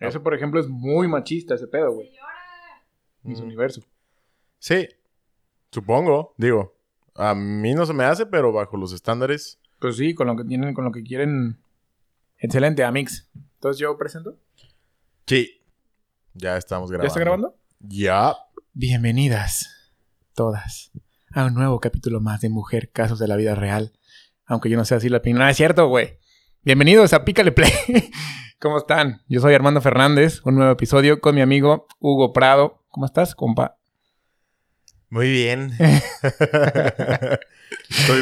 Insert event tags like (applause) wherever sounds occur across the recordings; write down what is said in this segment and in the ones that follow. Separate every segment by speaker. Speaker 1: No. Eso, por ejemplo, es muy machista ese pedo, güey. Mis
Speaker 2: Mm.
Speaker 1: universo.
Speaker 2: Sí, supongo, digo. A mí no se me hace, pero bajo los estándares.
Speaker 1: Pues sí, con lo que tienen, con lo que quieren. Excelente, Amix. Entonces yo presento.
Speaker 2: Sí. Ya estamos grabando.
Speaker 1: ¿Ya está grabando?
Speaker 2: Ya.
Speaker 1: Bienvenidas todas a un nuevo capítulo más de Mujer Casos de la Vida Real. Aunque yo no sea así la opinión. Ah, es cierto, güey. Bienvenidos a Pícale Play. (laughs) ¿Cómo están? Yo soy Armando Fernández. Un nuevo episodio con mi amigo Hugo Prado. ¿Cómo estás, compa?
Speaker 2: Muy bien. (laughs) Estoy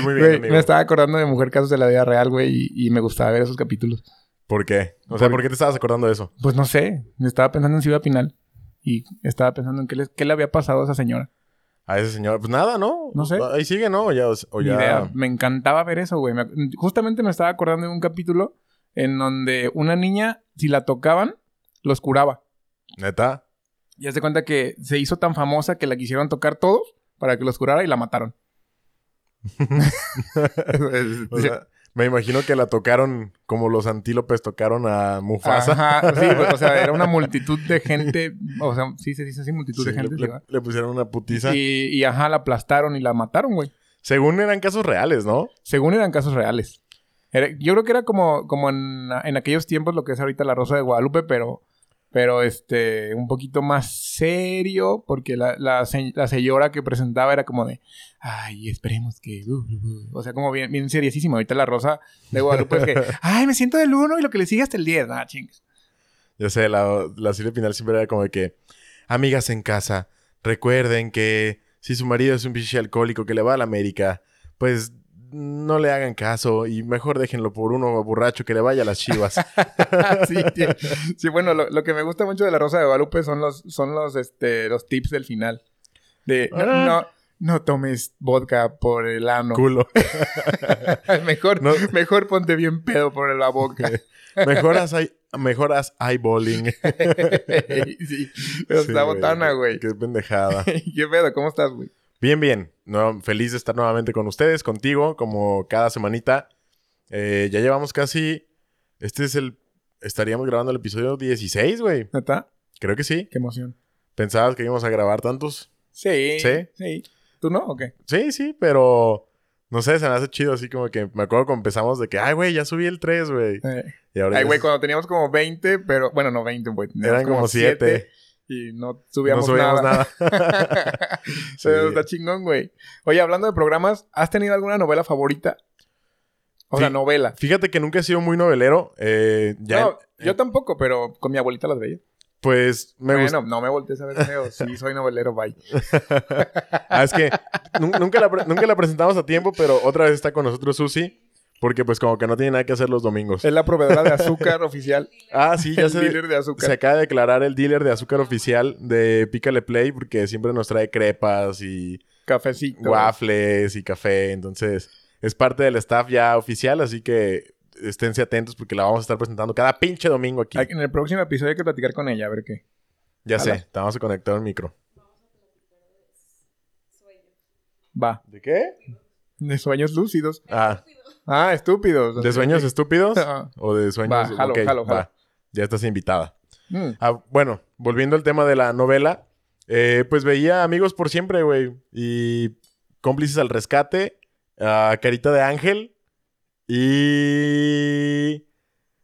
Speaker 2: muy bien,
Speaker 1: Güey,
Speaker 2: amigo.
Speaker 1: me estaba acordando de Mujer Casos de la Vida Real, güey, y, y me gustaba ver esos capítulos.
Speaker 2: ¿Por qué? O sea,
Speaker 1: Por-
Speaker 2: ¿por qué te estabas acordando de eso?
Speaker 1: Pues no sé, estaba pensando en si iba a Pinal. Y estaba pensando en qué le, qué le había pasado a esa señora.
Speaker 2: A ese señor. Pues nada, ¿no?
Speaker 1: No sé.
Speaker 2: Ahí sigue, ¿no? O ya. O
Speaker 1: Ni
Speaker 2: ya...
Speaker 1: idea. Me encantaba ver eso, güey. Me ac- Justamente me estaba acordando de un capítulo en donde una niña, si la tocaban, los curaba.
Speaker 2: Neta.
Speaker 1: (laughs) Y haz de cuenta que se hizo tan famosa que la quisieron tocar todos para que los curara y la mataron.
Speaker 2: O sea, me imagino que la tocaron como los antílopes tocaron a Mufasa.
Speaker 1: Ajá, sí, pues, o sea,
Speaker 2: (laughs)
Speaker 1: era una multitud de gente. O sea, sí se dice así, multitud
Speaker 2: Sí,
Speaker 1: de gente.
Speaker 2: le,
Speaker 1: sí,
Speaker 2: le-
Speaker 1: ¿verdad?
Speaker 2: le pusieron una putiza.
Speaker 1: Y, y ajá, la aplastaron y la mataron, güey.
Speaker 2: Según eran casos reales, ¿no?
Speaker 1: Según eran casos reales. Era- yo creo que era como, como en, en aquellos tiempos lo que es ahorita la Rosa de Guadalupe, pero, pero este, un poquito más serio, porque la, la, se- la señora que presentaba era como de, ay, esperemos que... uh, uh, uh". O sea, como bien, bien seriosísimo. Ahorita la Rosa de Guadalupe es que, ay, me siento del 1 y lo que le sigue hasta el 10. Ah, chingues.
Speaker 2: Ya sé, la, la serie final siempre era como de que, amigas en casa, recuerden que si su marido es un pinche alcohólico que le va a la América, pues no le hagan caso y mejor déjenlo por uno borracho que le vaya a
Speaker 1: (laughs)
Speaker 2: las chivas.
Speaker 1: (laughs) sí, sí. Sí, bueno, lo, lo que me gusta mucho de la Rosa de Guadalupe son los, son los, este, los tips del final. De, no, no, no tomes vodka por el ano.
Speaker 2: Culo.
Speaker 1: mejor,
Speaker 2: No.
Speaker 1: mejor ponte bien pedo por la
Speaker 2: (laughs)
Speaker 1: boca.
Speaker 2: Mejor haz, eye- mejor haz
Speaker 1: (laughs)
Speaker 2: eyeballing.
Speaker 1: sí. Pero
Speaker 2: (laughs) Sí,
Speaker 1: está botana, güey.
Speaker 2: Qué
Speaker 1: (laughs)
Speaker 2: pendejada.
Speaker 1: ¿Qué pedo? ¿Cómo estás, güey?
Speaker 2: Bien, bien. No, feliz de estar nuevamente con ustedes, contigo, como cada semanita. Eh, ya llevamos casi... Este es el... Estaríamos grabando el episodio 16, güey.
Speaker 1: ¿Neta?
Speaker 2: Creo que sí.
Speaker 1: Qué emoción.
Speaker 2: ¿Pensabas que íbamos a grabar tantos?
Speaker 1: Sí.
Speaker 2: ¿Sí?
Speaker 1: Sí. ¿Tú no o qué?
Speaker 2: Sí, sí, pero... No sé, se me hace chido así como que... Me acuerdo que empezamos de que... Ay, güey, ya subí el 3, güey.
Speaker 1: Eh,
Speaker 2: Y ahora
Speaker 1: Ay,
Speaker 2: ya
Speaker 1: güey,
Speaker 2: es-
Speaker 1: cuando teníamos como 20, pero... Bueno, no 20, güey. teníamos
Speaker 2: eran como 7.
Speaker 1: siete Y no
Speaker 2: No
Speaker 1: subíamos,
Speaker 2: subíamos
Speaker 1: nada.
Speaker 2: nada. (laughs)
Speaker 1: Pero
Speaker 2: Sí.
Speaker 1: está chingón, güey. Oye, hablando de programas, ¿has tenido alguna novela favorita? O sea,
Speaker 2: Sí.
Speaker 1: novela.
Speaker 2: Fíjate que nunca he sido muy novelero. eh, ya
Speaker 1: No,
Speaker 2: en-
Speaker 1: yo tampoco, pero con mi abuelita las veía.
Speaker 2: Pues me gusta.
Speaker 1: bueno, no me voltees a ver feo. Sí, soy novelero,
Speaker 2: (laughs)
Speaker 1: bye.
Speaker 2: Ah,
Speaker 1: (laughs)
Speaker 2: es que nun- nunca la, pre- nunca la presentamos a tiempo, pero otra vez está con nosotros Susi. Porque pues como que no tiene nada que hacer los domingos.
Speaker 1: Es la proveedora de azúcar oficial.
Speaker 2: Ah, sí, ya
Speaker 1: el
Speaker 2: se,
Speaker 1: dealer de
Speaker 2: se
Speaker 1: azúcar.
Speaker 2: acaba de declarar el dealer de azúcar oficial de Pícale Play. Porque siempre nos trae crepas y
Speaker 1: Cafecito.
Speaker 2: waffles y café. Entonces es parte del staff ya oficial, así que esténse atentos porque la vamos a estar presentando cada pinche domingo aquí.
Speaker 1: Hay- En el próximo episodio hay que platicar con ella, a ver qué.
Speaker 2: Ya sé,
Speaker 1: Ala.
Speaker 2: te vamos a conectar el micro.
Speaker 1: Va.
Speaker 2: ¿De qué?
Speaker 1: De sueños lúcidos.
Speaker 2: Ah,
Speaker 1: Ah, estúpidos.
Speaker 2: ¿de sueños
Speaker 1: (laughs)
Speaker 2: estúpidos?
Speaker 1: Ah.
Speaker 2: ¿O de sueños?
Speaker 1: Va, jalo,
Speaker 2: Ok,
Speaker 1: jalo, jalo.
Speaker 2: va. Ya estás invitada.
Speaker 1: Mm.
Speaker 2: Ah, bueno, volviendo al tema de la novela, eh, pues veía Amigos por Siempre, güey. Y Cómplices al Rescate, ah, Carita de Ángel y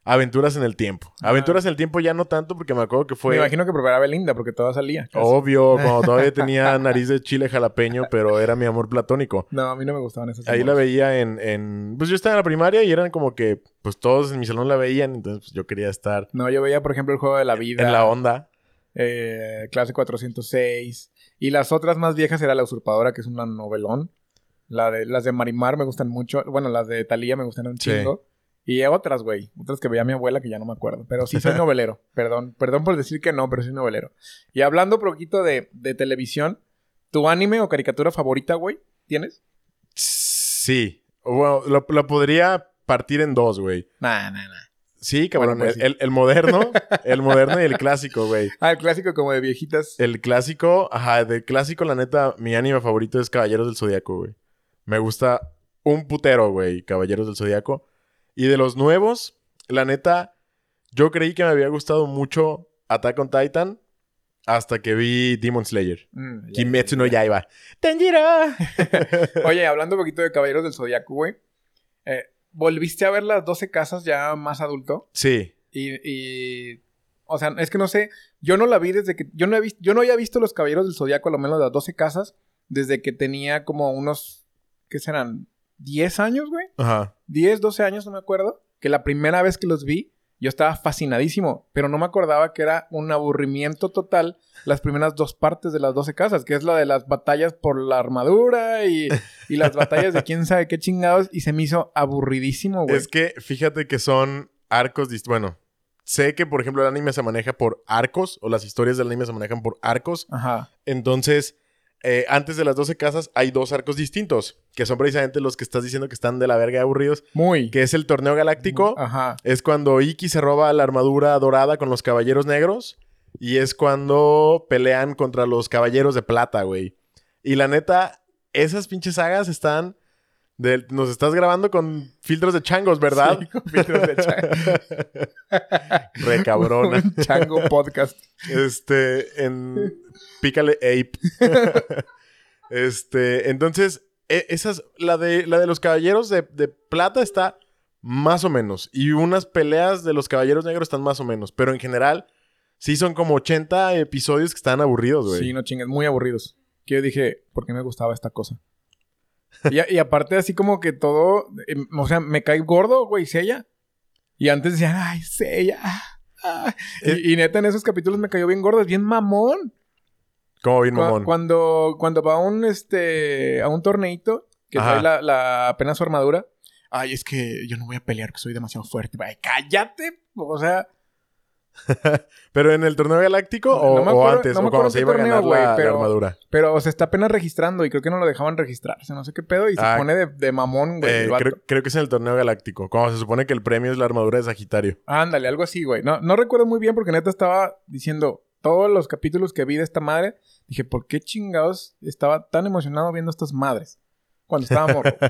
Speaker 2: Aventuras en el Tiempo.
Speaker 1: Ah.
Speaker 2: Aventuras en el Tiempo ya no tanto porque me acuerdo que fue... Oh.
Speaker 1: Me imagino que preparaba Belinda porque toda salía. casi. (laughs)
Speaker 2: Obvio, cuando todavía tenía nariz de chile jalapeño, pero era mi amor platónico.
Speaker 1: No, a mí no me gustaban esas.
Speaker 2: Ahí la
Speaker 1: señoras.
Speaker 2: veía en, en- Pues yo estaba en la primaria y eran como que... Pues todos en mi salón la veían, entonces pues, yo quería estar
Speaker 1: No, yo veía, por ejemplo, el juego de la vida.
Speaker 2: en la onda.
Speaker 1: eh, clase 406. Y las otras más viejas era La Usurpadora, que es una novelón. La de, las de Marimar me gustan mucho. Bueno, las de Talía me gustan un
Speaker 2: Sí.
Speaker 1: chingo. Y otras, güey. Otras que veía mi abuela que ya no me acuerdo. Pero sí (laughs) soy novelero. Perdón. Perdón por decir que no, pero soy novelero. Y hablando un poquito de, de televisión, ¿tu anime o caricatura favorita, güey? ¿Tienes?
Speaker 2: Sí. Bueno, lo, lo podría partir en dos, güey.
Speaker 1: Nah, nah, nah.
Speaker 2: Sí, cabrón.
Speaker 1: Bueno, pues,
Speaker 2: el-
Speaker 1: sí.
Speaker 2: el,
Speaker 1: (laughs)
Speaker 2: el moderno, el moderno y el clásico, güey.
Speaker 1: Ah, el clásico como de viejitas.
Speaker 2: El clásico, ajá, del clásico, la neta, mi anime favorito es Caballeros del Zodíaco, güey. Me gusta un putero, güey, Caballeros del Zodíaco. Y de los nuevos, la neta, Yo creí que me había gustado mucho Attack on Titan hasta que vi Demon Slayer.
Speaker 1: Mm, ya, (laughs)
Speaker 2: Kimetsu no Yaiba. ¡Tanjiro!
Speaker 1: Oye, hablando un poquito de Caballeros del Zodiaco, güey. eh, Volviste a ver las 12 casas ya más adulto.
Speaker 2: Sí.
Speaker 1: Y, y- O sea, es que no sé. Yo no la vi desde que. Yo no, he vis- yo no había visto los Caballeros del Zodiaco, a lo menos las 12 casas, desde que tenía como unos. ¿Qué serán? ¿10 años, güey?
Speaker 2: Ajá.
Speaker 1: 10, 12 años, no me acuerdo. Que la primera vez que los vi, yo estaba fascinadísimo. Pero no me acordaba que era un aburrimiento total las primeras dos partes de las 12 casas, que es la de las batallas por la armadura y, y las batallas de quién sabe qué chingados. Y se me hizo aburridísimo, güey.
Speaker 2: Es que fíjate que son arcos. dist- Bueno, sé que por ejemplo el anime se maneja por arcos o las historias del anime se manejan por arcos.
Speaker 1: Ajá.
Speaker 2: Entonces, eh, antes de las 12 casas hay dos arcos distintos, que son precisamente los que estás diciendo que están de la verga aburridos,
Speaker 1: Muy.
Speaker 2: que es el torneo galáctico.
Speaker 1: Ajá.
Speaker 2: Es cuando Iki se roba la armadura dorada con los caballeros negros. Y es cuando pelean contra los caballeros de plata, güey. Y la neta, esas pinches sagas están. del- nos estás grabando con filtros de changos, ¿verdad?
Speaker 1: Sí, con filtros de (laughs) chango.
Speaker 2: (laughs) Re cabrona.
Speaker 1: Un chango podcast.
Speaker 2: Este, en. Pícale Ape. (laughs) este, entonces, e- esas. La de, la de los caballeros de, de plata está más o menos. Y unas peleas de los caballeros negros están más o menos. Pero en general, sí son como 80 episodios que están aburridos, güey.
Speaker 1: Sí, no chingues, muy aburridos. Que yo dije, ¿por qué me gustaba esta cosa? Y, a- y aparte, así como que todo. em, o sea, me cae gordo, güey, Sella. Y antes decían, ay, Sella. ah".
Speaker 2: Eh.
Speaker 1: Y, y neta, en esos capítulos me cayó bien gordo, es bien mamón.
Speaker 2: Como bien
Speaker 1: Cu-
Speaker 2: mamón.
Speaker 1: Cuando, cuando va a un, este, a un torneito, que
Speaker 2: Ajá.
Speaker 1: trae la, la- apenas su armadura. Ay, es que yo no voy a pelear, que soy demasiado fuerte. Ay, cállate. O sea,
Speaker 2: Pero en el torneo galáctico o,
Speaker 1: No me
Speaker 2: o
Speaker 1: acuerdo-
Speaker 2: antes,
Speaker 1: no me
Speaker 2: o cuando
Speaker 1: acuerdo
Speaker 2: se
Speaker 1: qué
Speaker 2: iba a ganar
Speaker 1: torneo,
Speaker 2: la,
Speaker 1: (laughs) güey, pero-
Speaker 2: la armadura.
Speaker 1: Pero, o sea, está apenas registrando y creo que no lo dejaban registrarse. No sé qué pedo. Y se
Speaker 2: Ah.
Speaker 1: pone de, de mamón, güey.
Speaker 2: Eh,
Speaker 1: el vato.
Speaker 2: creo, creo que es en el torneo galáctico. Cuando se supone que el premio es la armadura de Sagitario.
Speaker 1: Ándale, algo así, güey. No, no recuerdo muy bien porque neta estaba diciendo todos los capítulos que vi de esta madre. Dije, ¿por qué chingados estaba tan emocionado viendo estas madres? Cuando estaba morro.
Speaker 2: (laughs)
Speaker 1: y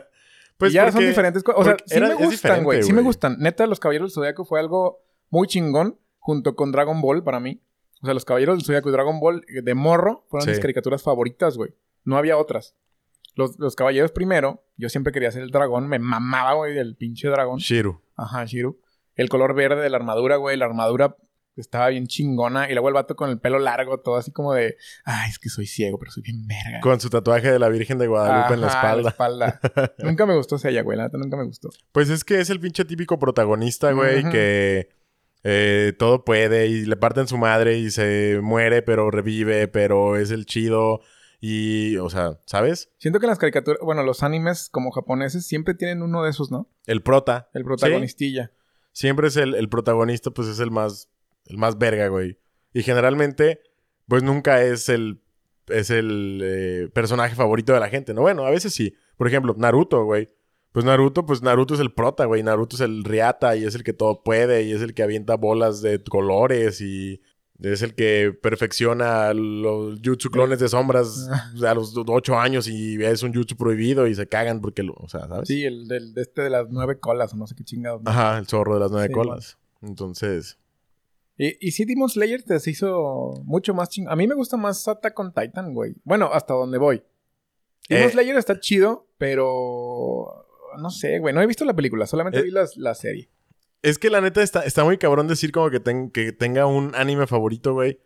Speaker 1: Pues ya son
Speaker 2: Pues porque-
Speaker 1: diferentes cosas. O sea,
Speaker 2: porque
Speaker 1: sí
Speaker 2: era-
Speaker 1: me
Speaker 2: es
Speaker 1: gustan,
Speaker 2: diferente,
Speaker 1: güey. Sí me
Speaker 2: güey.
Speaker 1: gustan. Neta, Los Caballeros del Zodiaco fue algo muy chingón junto con Dragon Ball para mí. O sea, Los Caballeros del Zodiaco y Dragon Ball eh, de morro fueron
Speaker 2: Sí.
Speaker 1: mis caricaturas favoritas, güey. No había otras. Los, los Caballeros primero, yo siempre quería ser el dragón. Me mamaba, güey, del pinche dragón.
Speaker 2: Shiru.
Speaker 1: Ajá, Shiru. El color verde de la armadura, güey. La armadura estaba bien chingona. Y luego el vato con el pelo largo, todo así como de... Ay, es que soy ciego, pero soy bien verga.
Speaker 2: Con su tatuaje de la Virgen de Guadalupe en la
Speaker 1: Ajá,
Speaker 2: espalda. (laughs)
Speaker 1: espalda. nunca me gustó ella, güey. La neta nunca me gustó.
Speaker 2: Pues es que es el pinche típico protagonista, güey,
Speaker 1: Ujú.
Speaker 2: que eh, todo puede y le parten su madre y se muere, pero revive, pero es el chido y, o sea, ¿sabes?
Speaker 1: Siento que las caricaturas... Bueno, los animes como japoneses siempre tienen uno de esos, ¿no?
Speaker 2: El prota.
Speaker 1: El protagonistilla.
Speaker 2: Ah, Siempre es el, el protagonista, pues es el más, el más verga, güey. Y generalmente, pues nunca es el, es el eh, personaje favorito de la gente, ¿no? Bueno, a veces sí. Por ejemplo, Naruto, güey. Pues Naruto, pues Naruto es el prota, güey. Naruto es el riata y es el que todo puede y es el que avienta bolas de colores y es el que perfecciona los jutsu clones
Speaker 1: (laughs)
Speaker 2: de sombras a los ocho años y es un jutsu prohibido y se cagan porque lo, o sea, ¿sabes?
Speaker 1: Sí, el del, de este de las nueve colas o no sé qué chingados. ¿no?
Speaker 2: Ajá, el zorro de las nueve
Speaker 1: Sí,
Speaker 2: colas. Entonces,
Speaker 1: Y, y sí, Demon Slayer te se hizo mucho más chingón. A mí me gusta más Attack on Titan, güey. Bueno, hasta donde voy. Demon
Speaker 2: Eh.
Speaker 1: Slayer está chido, pero... No sé, güey. No he visto la película. Solamente
Speaker 2: Eh.
Speaker 1: vi las- la serie.
Speaker 2: Es que la neta está, está muy cabrón decir como que, ten- que tenga un anime favorito, güey.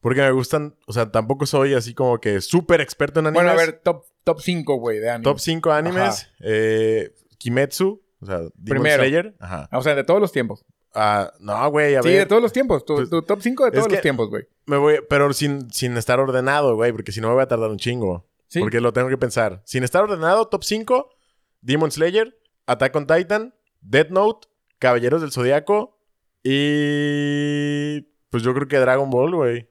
Speaker 2: Porque me gustan, o sea, tampoco soy así como que súper experto en animes.
Speaker 1: Bueno, a ver. Top, top 5, güey, de anime.
Speaker 2: Top 5 animes. Eh, Kimetsu, o sea, Demon
Speaker 1: Primero.
Speaker 2: Slayer. Ajá.
Speaker 1: O sea, de todos los tiempos.
Speaker 2: Ah, no, güey, a
Speaker 1: Sí,
Speaker 2: ver.
Speaker 1: de todos los tiempos. Tu,
Speaker 2: Pues,
Speaker 1: tu top 5 de
Speaker 2: es
Speaker 1: todos los
Speaker 2: que-
Speaker 1: tiempos, güey.
Speaker 2: Me voy, pero sin, sin estar ordenado, güey, porque si no me voy a tardar un chingo.
Speaker 1: Sí.
Speaker 2: Porque lo tengo que pensar. Sin estar ordenado, top 5, Demon Slayer, Attack on Titan, Death Note, Caballeros del Zodiaco y... Pues yo creo que Dragon Ball, güey.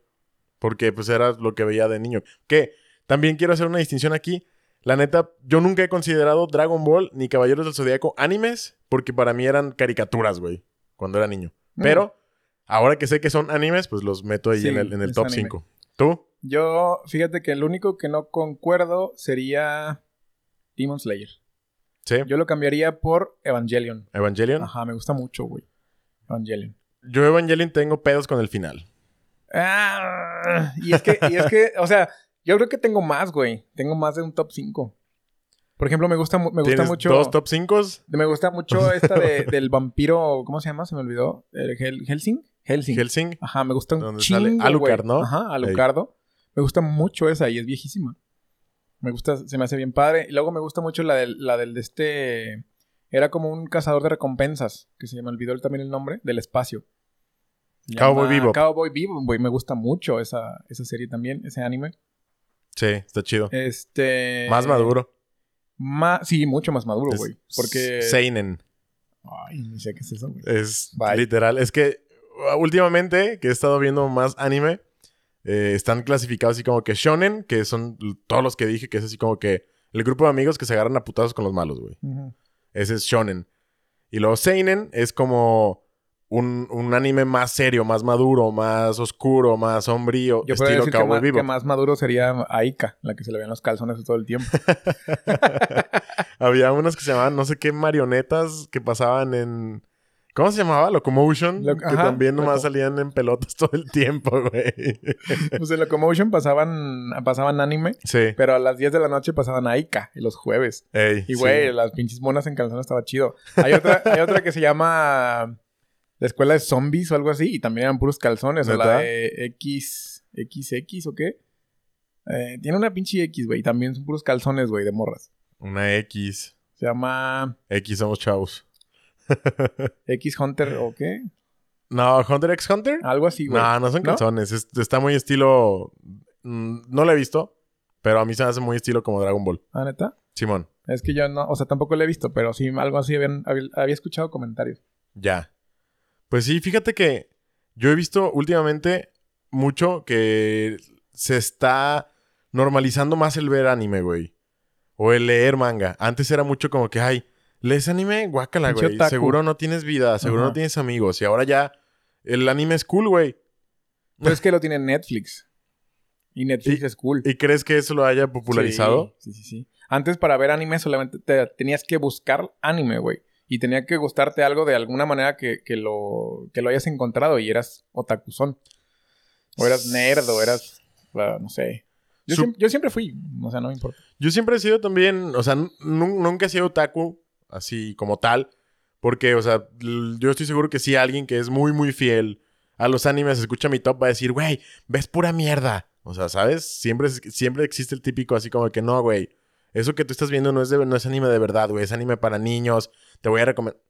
Speaker 2: Porque pues era lo que veía de niño. Que también quiero hacer una distinción aquí. La neta, yo nunca he considerado Dragon Ball ni Caballeros del Zodiaco animes porque para mí eran caricaturas, güey, cuando era niño.
Speaker 1: Mm.
Speaker 2: Pero ahora que sé que son animes, pues los meto ahí
Speaker 1: Sí,
Speaker 2: en el, en el
Speaker 1: es
Speaker 2: top
Speaker 1: anime.
Speaker 2: 5. ¿Tú?
Speaker 1: Yo, fíjate que el único que no concuerdo sería Demon Slayer.
Speaker 2: ¿Sí?
Speaker 1: Yo lo cambiaría por Evangelion.
Speaker 2: ¿Evangelion?
Speaker 1: Ajá, me gusta mucho, güey. Evangelion.
Speaker 2: Yo, Evangelion, tengo pedos con el final.
Speaker 1: Ah, y es que, y es que, o sea, yo creo que tengo más, güey. Tengo más de un top 5. Por ejemplo, me gusta, mu- me gusta
Speaker 2: ¿Tienes
Speaker 1: mucho.
Speaker 2: dos top 5?
Speaker 1: Me gusta mucho esta
Speaker 2: (laughs)
Speaker 1: de- del vampiro. ¿Cómo se llama? Se me olvidó. El Hel- Helsing. Helsing.
Speaker 2: Helsing.
Speaker 1: Ajá, me gusta un
Speaker 2: Donde
Speaker 1: chingo,
Speaker 2: sale Alucard,
Speaker 1: güey.
Speaker 2: ¿no?
Speaker 1: Ajá, Alucardo. Me gusta mucho esa y es viejísima. Me gusta, se me hace bien padre. Y luego me gusta mucho la del, la del de este... Era como un cazador de recompensas, que se me olvidó el- también el nombre, del espacio. Se
Speaker 2: Cowboy Bebop.
Speaker 1: Cowboy Bebop, güey. Me gusta mucho esa, esa serie también, ese anime.
Speaker 2: Sí, está chido.
Speaker 1: Este...
Speaker 2: Más maduro.
Speaker 1: ma- sí, mucho más maduro,
Speaker 2: Es
Speaker 1: güey. Porque...
Speaker 2: Seinen.
Speaker 1: Ay, no sé qué es eso, güey.
Speaker 2: Es
Speaker 1: Bye.
Speaker 2: literal. Es que uh, últimamente que he estado viendo más anime, eh, están clasificados así como que shonen, que son l- todos los que dije, que es así como que el grupo de amigos que se agarran a putazos con los malos, güey.
Speaker 1: Ujú.
Speaker 2: Ese es shonen. Y luego seinen es como un, un anime más serio, más maduro, más oscuro, más sombrío,
Speaker 1: Yo podría
Speaker 2: estilo
Speaker 1: decir que
Speaker 2: Cowboy
Speaker 1: más, que
Speaker 2: Bebop.
Speaker 1: más maduro sería Aika, la que se le veían los calzones todo el tiempo.
Speaker 2: Había unas que se llamaban no sé qué marionetas que pasaban en... ¿Cómo se llamaba? Locomotion.
Speaker 1: Lo-
Speaker 2: que
Speaker 1: ajá,
Speaker 2: también nomás
Speaker 1: loco-
Speaker 2: salían en pelotas (laughs) todo el tiempo, güey.
Speaker 1: Pues en Locomotion pasaban, pasaban anime,
Speaker 2: Sí.
Speaker 1: pero a las 10 de la noche pasaban Aika, y los jueves.
Speaker 2: Ey,
Speaker 1: Y
Speaker 2: sí.
Speaker 1: güey, las pinches monas en calzón estaba chido. Hay otra, hay otra que se llama La Escuela de Zombies o algo así, y también eran puros calzones. O la
Speaker 2: ¿Neta?
Speaker 1: de X, XX o qué. Eh, tiene una pinche X, güey, y también son puros calzones, güey, de morras.
Speaker 2: Una X.
Speaker 1: Se llama
Speaker 2: X somos chavos.
Speaker 1: X Hunter o qué.
Speaker 2: No, Hunter x Hunter.
Speaker 1: Algo así, Ah, güey.
Speaker 2: no, no son
Speaker 1: ¿No?
Speaker 2: calzones. Es- está muy estilo. mm, No lo he visto, pero a mí se me hace muy estilo como Dragon Ball.
Speaker 1: Ah, neta.
Speaker 2: Simón,
Speaker 1: Es que yo no, o sea, tampoco lo he visto, pero sí, algo así habían- había, había escuchado comentarios.
Speaker 2: ya. Pues sí, fíjate que yo he visto últimamente mucho que se está normalizando más el ver anime, güey. O el leer manga. Antes era mucho como que, ay, lees anime, guácala,
Speaker 1: Pinche
Speaker 2: güey.
Speaker 1: otaku.
Speaker 2: Seguro no tienes vida, seguro
Speaker 1: Ajá.
Speaker 2: no tienes amigos. Y ahora ya el anime es cool, güey.
Speaker 1: Pero es que lo tiene Netflix. Y Netflix
Speaker 2: Y-
Speaker 1: es cool.
Speaker 2: ¿Y crees que eso lo haya popularizado?
Speaker 1: Sí, sí, sí, sí. Antes para ver anime solamente te- tenías que buscar anime, güey. Y tenía que gustarte algo de alguna manera que, que lo, que lo hayas encontrado y eras otakuzón. O eras nerd o eras, la- no sé. Yo,
Speaker 2: Su-
Speaker 1: siem- yo siempre fui, o sea, no me importa.
Speaker 2: Yo siempre he sido también, o sea, nu- nunca he sido otaku, así como tal, porque, o sea, l- yo estoy seguro que sí alguien que es muy, muy fiel a los animes, escucha mi top, va a decir, güey, ves pura mierda. O sea, ¿sabes? Siempre, es- siempre existe el típico así como que no, güey. Eso que tú estás viendo no es, de- no es anime de verdad, güey. Es anime para niños. Te voy a recomendar.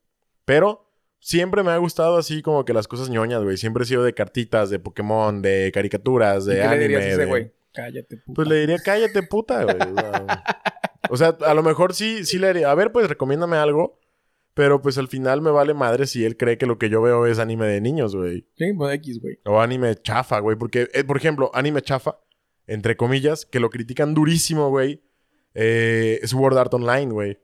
Speaker 2: Pero siempre me ha gustado así como que las cosas ñoñas, güey. Siempre he sido de cartitas, de Pokémon, de caricaturas,
Speaker 1: ¿Y
Speaker 2: de
Speaker 1: ¿Qué
Speaker 2: anime.
Speaker 1: le dirías a ese
Speaker 2: de-
Speaker 1: güey? Cállate, puta.
Speaker 2: pues le diría, cállate, puta, güey. O sea, O sea, a lo mejor sí, sí le haría, a ver, pues recomiéndame algo. Pero pues al final me vale madre si él cree que lo que yo veo es anime de niños, güey.
Speaker 1: Sí, pues X, güey.
Speaker 2: O anime chafa, güey. Porque, eh, por ejemplo, anime chafa, entre comillas, que lo critican durísimo, güey. eh, es Sword Art Online, güey.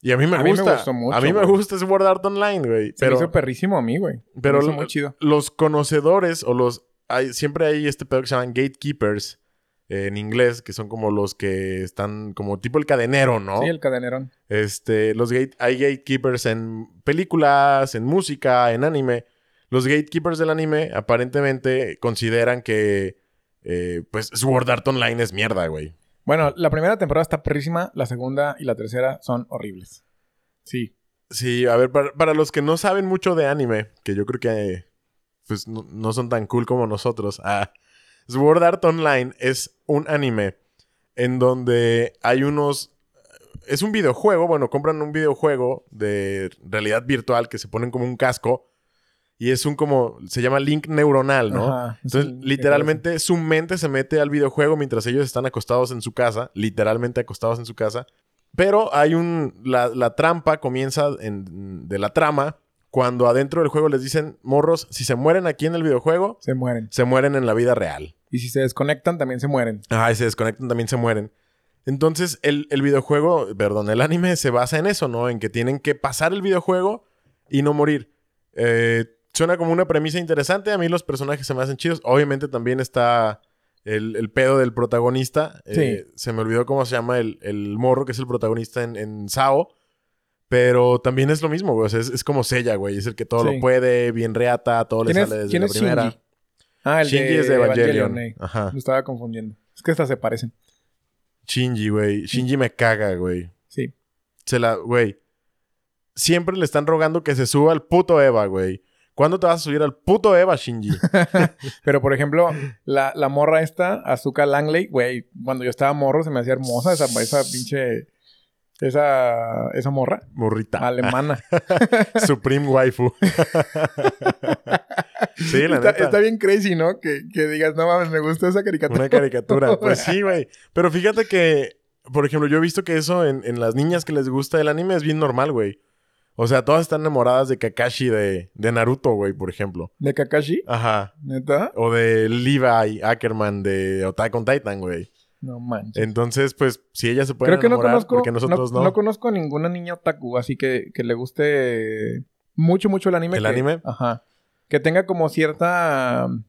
Speaker 2: Y a mí me
Speaker 1: A mí me
Speaker 2: gusta.
Speaker 1: gustó mucho,
Speaker 2: a mí me
Speaker 1: güey.
Speaker 2: gusta Sword Art Online, güey.
Speaker 1: Se me hizo
Speaker 2: Pero,
Speaker 1: perrísimo a mí, güey. Se me
Speaker 2: pero
Speaker 1: hizo
Speaker 2: lo-
Speaker 1: muy chido.
Speaker 2: los conocedores o los... Hay, siempre hay este pedo que se llaman gatekeepers eh, en inglés, que son como los que están como tipo el cadenero, ¿no?
Speaker 1: Sí, el cadenerón.
Speaker 2: Este, los gate, hay gatekeepers en películas, en música, en anime. Los gatekeepers del anime aparentemente consideran que eh, pues Sword Art Online es mierda, güey.
Speaker 1: Bueno, la primera temporada está perrísima, la segunda y la tercera son horribles. Sí.
Speaker 2: Sí, a ver, para, para los que no saben mucho de anime, que yo creo que pues, no, no son tan cool como nosotros, ah, Sword Art Online es un anime en donde hay unos... Es un videojuego, bueno, compran un videojuego de realidad virtual que se ponen como un casco y es un como, se llama link neuronal, Pues ¿no?
Speaker 1: Ajá.
Speaker 2: Entonces,
Speaker 1: Sí,
Speaker 2: literalmente, su mente se mete al videojuego mientras ellos están acostados en su casa, literalmente acostados en su casa. Pero hay un. La, la trampa comienza en- de la trama cuando adentro del juego les dicen, morros, si se mueren aquí en el videojuego,
Speaker 1: Se mueren.
Speaker 2: se mueren en la vida real.
Speaker 1: Y si se desconectan, también se mueren.
Speaker 2: Ah, y se desconectan, también se mueren. Entonces, el, el videojuego, perdón, el anime se basa en eso, ¿no? En que tienen que pasar el videojuego y no morir. Eh, suena como una premisa interesante. A mí los personajes se me hacen chidos. Obviamente también está el, el pedo del protagonista. Eh, Se me olvidó cómo se llama el, el morro que es el protagonista en, en Sao. Pero también es lo mismo, güey. O sea, es, es como Sella, güey. Es el que todo
Speaker 1: Sí.
Speaker 2: lo puede, bien reata, todo le
Speaker 1: ¿Quién es-
Speaker 2: sale desde
Speaker 1: quién
Speaker 2: la
Speaker 1: es
Speaker 2: primera.
Speaker 1: Shinji? Ah, el
Speaker 2: Shinji
Speaker 1: de
Speaker 2: es de Evangelion. Ah.
Speaker 1: eh.
Speaker 2: Ajá.
Speaker 1: Lo estaba confundiendo. Es que estas se parecen.
Speaker 2: Shinji, güey. Shinji me caga, güey.
Speaker 1: Sí.
Speaker 2: Se la, güey. Siempre le están rogando que se suba al puto Eva, güey. ¿Cuándo te vas a subir al puto Eva,
Speaker 1: (laughs)
Speaker 2: Shinji?
Speaker 1: Pero, por ejemplo, la, la morra esta, Azuka Langley, güey, cuando yo estaba morro se me hacía hermosa esa, esa pinche... Esa, esa morra
Speaker 2: Morrita.
Speaker 1: alemana.
Speaker 2: Supreme waifu. (laughs) sí, (laughs) la
Speaker 1: está,
Speaker 2: neta.
Speaker 1: está bien crazy, ¿no? Que, que digas, no mames, me gusta esa caricatura.
Speaker 2: Una caricatura. Pues sí, güey. Pero fíjate que, por ejemplo, yo he visto que eso en, en las niñas que les gusta el anime es bien normal, güey. O sea, todas están enamoradas de Kakashi de, de Naruto, güey, por ejemplo.
Speaker 1: ¿De Kakashi?
Speaker 2: Ajá.
Speaker 1: ¿Neta?
Speaker 2: O de Levi Ackerman de Attack on Titan, güey.
Speaker 1: No manches.
Speaker 2: Entonces, pues, si ellas se pueden
Speaker 1: Creo que no
Speaker 2: enamorar,
Speaker 1: conozco,
Speaker 2: porque nosotros no.
Speaker 1: no conozco ninguna niña otaku, así que, que le guste mucho, mucho el anime.
Speaker 2: ¿El
Speaker 1: que-
Speaker 2: anime?
Speaker 1: Ajá. Que tenga como cierta um,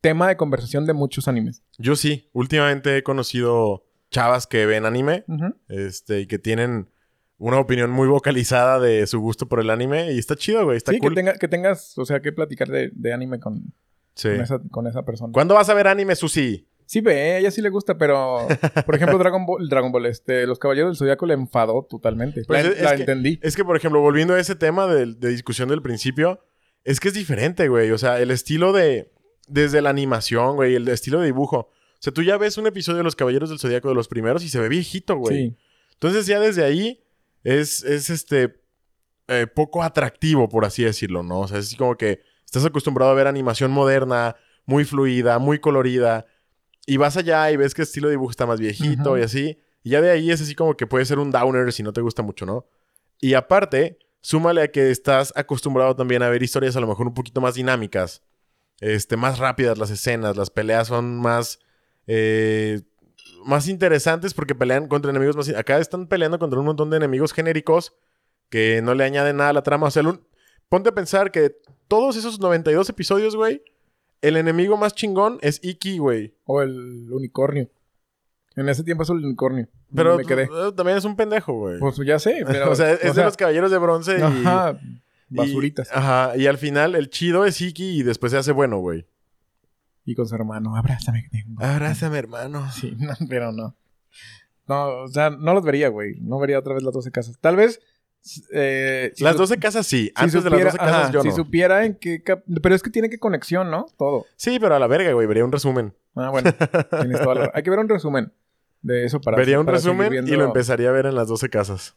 Speaker 1: tema de conversación de muchos animes.
Speaker 2: Yo sí. Últimamente he conocido chavas que ven anime
Speaker 1: Ujú.
Speaker 2: este, y que tienen una opinión muy vocalizada de su gusto por el anime. Y está chido, güey. Está
Speaker 1: Sí,
Speaker 2: cool.
Speaker 1: que, tenga- que tengas, o sea, que platicar de, de anime con,
Speaker 2: Sí.
Speaker 1: con esa, con esa persona.
Speaker 2: ¿Cuándo vas a ver anime, Susi?
Speaker 1: Sí, ve, a ella sí le gusta, pero por
Speaker 2: (laughs)
Speaker 1: ejemplo, Dragon Ball, Dragon Ball, este, los caballeros del Zodíaco le enfadó totalmente.
Speaker 2: Pues
Speaker 1: la
Speaker 2: es- es
Speaker 1: la
Speaker 2: que-
Speaker 1: entendí.
Speaker 2: Es que, por ejemplo, volviendo a ese tema del- de, discusión del principio, es que es diferente, güey. O sea, el estilo de. Desde la animación, güey, el estilo de dibujo. O sea, tú ya ves un episodio de Los Caballeros del Zodíaco de los primeros y se ve viejito, güey.
Speaker 1: Sí.
Speaker 2: Entonces, ya desde ahí es, es este. eh, poco atractivo, por así decirlo, ¿no? O sea, es así como que estás acostumbrado a ver animación moderna, muy fluida, muy colorida. Y vas allá y ves que el estilo de dibujo está más viejito
Speaker 1: Ujú.
Speaker 2: y así. Y ya de ahí es así como que puede ser un downer si no te gusta mucho, ¿no? Y aparte, súmale a que estás acostumbrado también a ver historias a lo mejor un poquito más dinámicas, este, más rápidas las escenas, las peleas son más, eh, más interesantes porque pelean contra enemigos más... Acá están peleando contra un montón de enemigos genéricos que no le añaden nada a la trama. O sea, el un- ponte a pensar que todos esos 92 episodios, güey, el enemigo más chingón es Iki, güey.
Speaker 1: O el unicornio. En ese tiempo es el unicornio.
Speaker 2: Pero
Speaker 1: me quedé.
Speaker 2: eh, también es un pendejo, güey. (laughs)
Speaker 1: Pues ya sé, pero.
Speaker 2: o sea, es de los caballeros de bronce y...
Speaker 1: Ajá.
Speaker 2: Y-
Speaker 1: Basuritas.
Speaker 2: ajá, y al final el chido es Iki y después se hace bueno, güey.
Speaker 1: Y, con su hermano, abrázame. que (laughs) tengo".
Speaker 2: hermano.
Speaker 1: Sí, no, pero no. No, o sea, no los vería, güey. No vería otra vez las 12 casas. Tal vez. eh, si
Speaker 2: las
Speaker 1: su-
Speaker 2: 12 casas sí.
Speaker 1: si
Speaker 2: Antes de
Speaker 1: supiera-
Speaker 2: las 12 casas
Speaker 1: ajá,
Speaker 2: yo
Speaker 1: Si
Speaker 2: no.
Speaker 1: supiera en qué. cap- Pero es que tiene que conexión, ¿no? Todo.
Speaker 2: Sí, pero a la verga, güey. Vería un resumen.
Speaker 1: Ah,
Speaker 2: (laughs)
Speaker 1: bueno. tienes toda la- Hay que ver un resumen de eso para.
Speaker 2: vería un
Speaker 1: para seguir
Speaker 2: resumen y lo
Speaker 1: viendo-
Speaker 2: empezaría a ver en las 12 casas.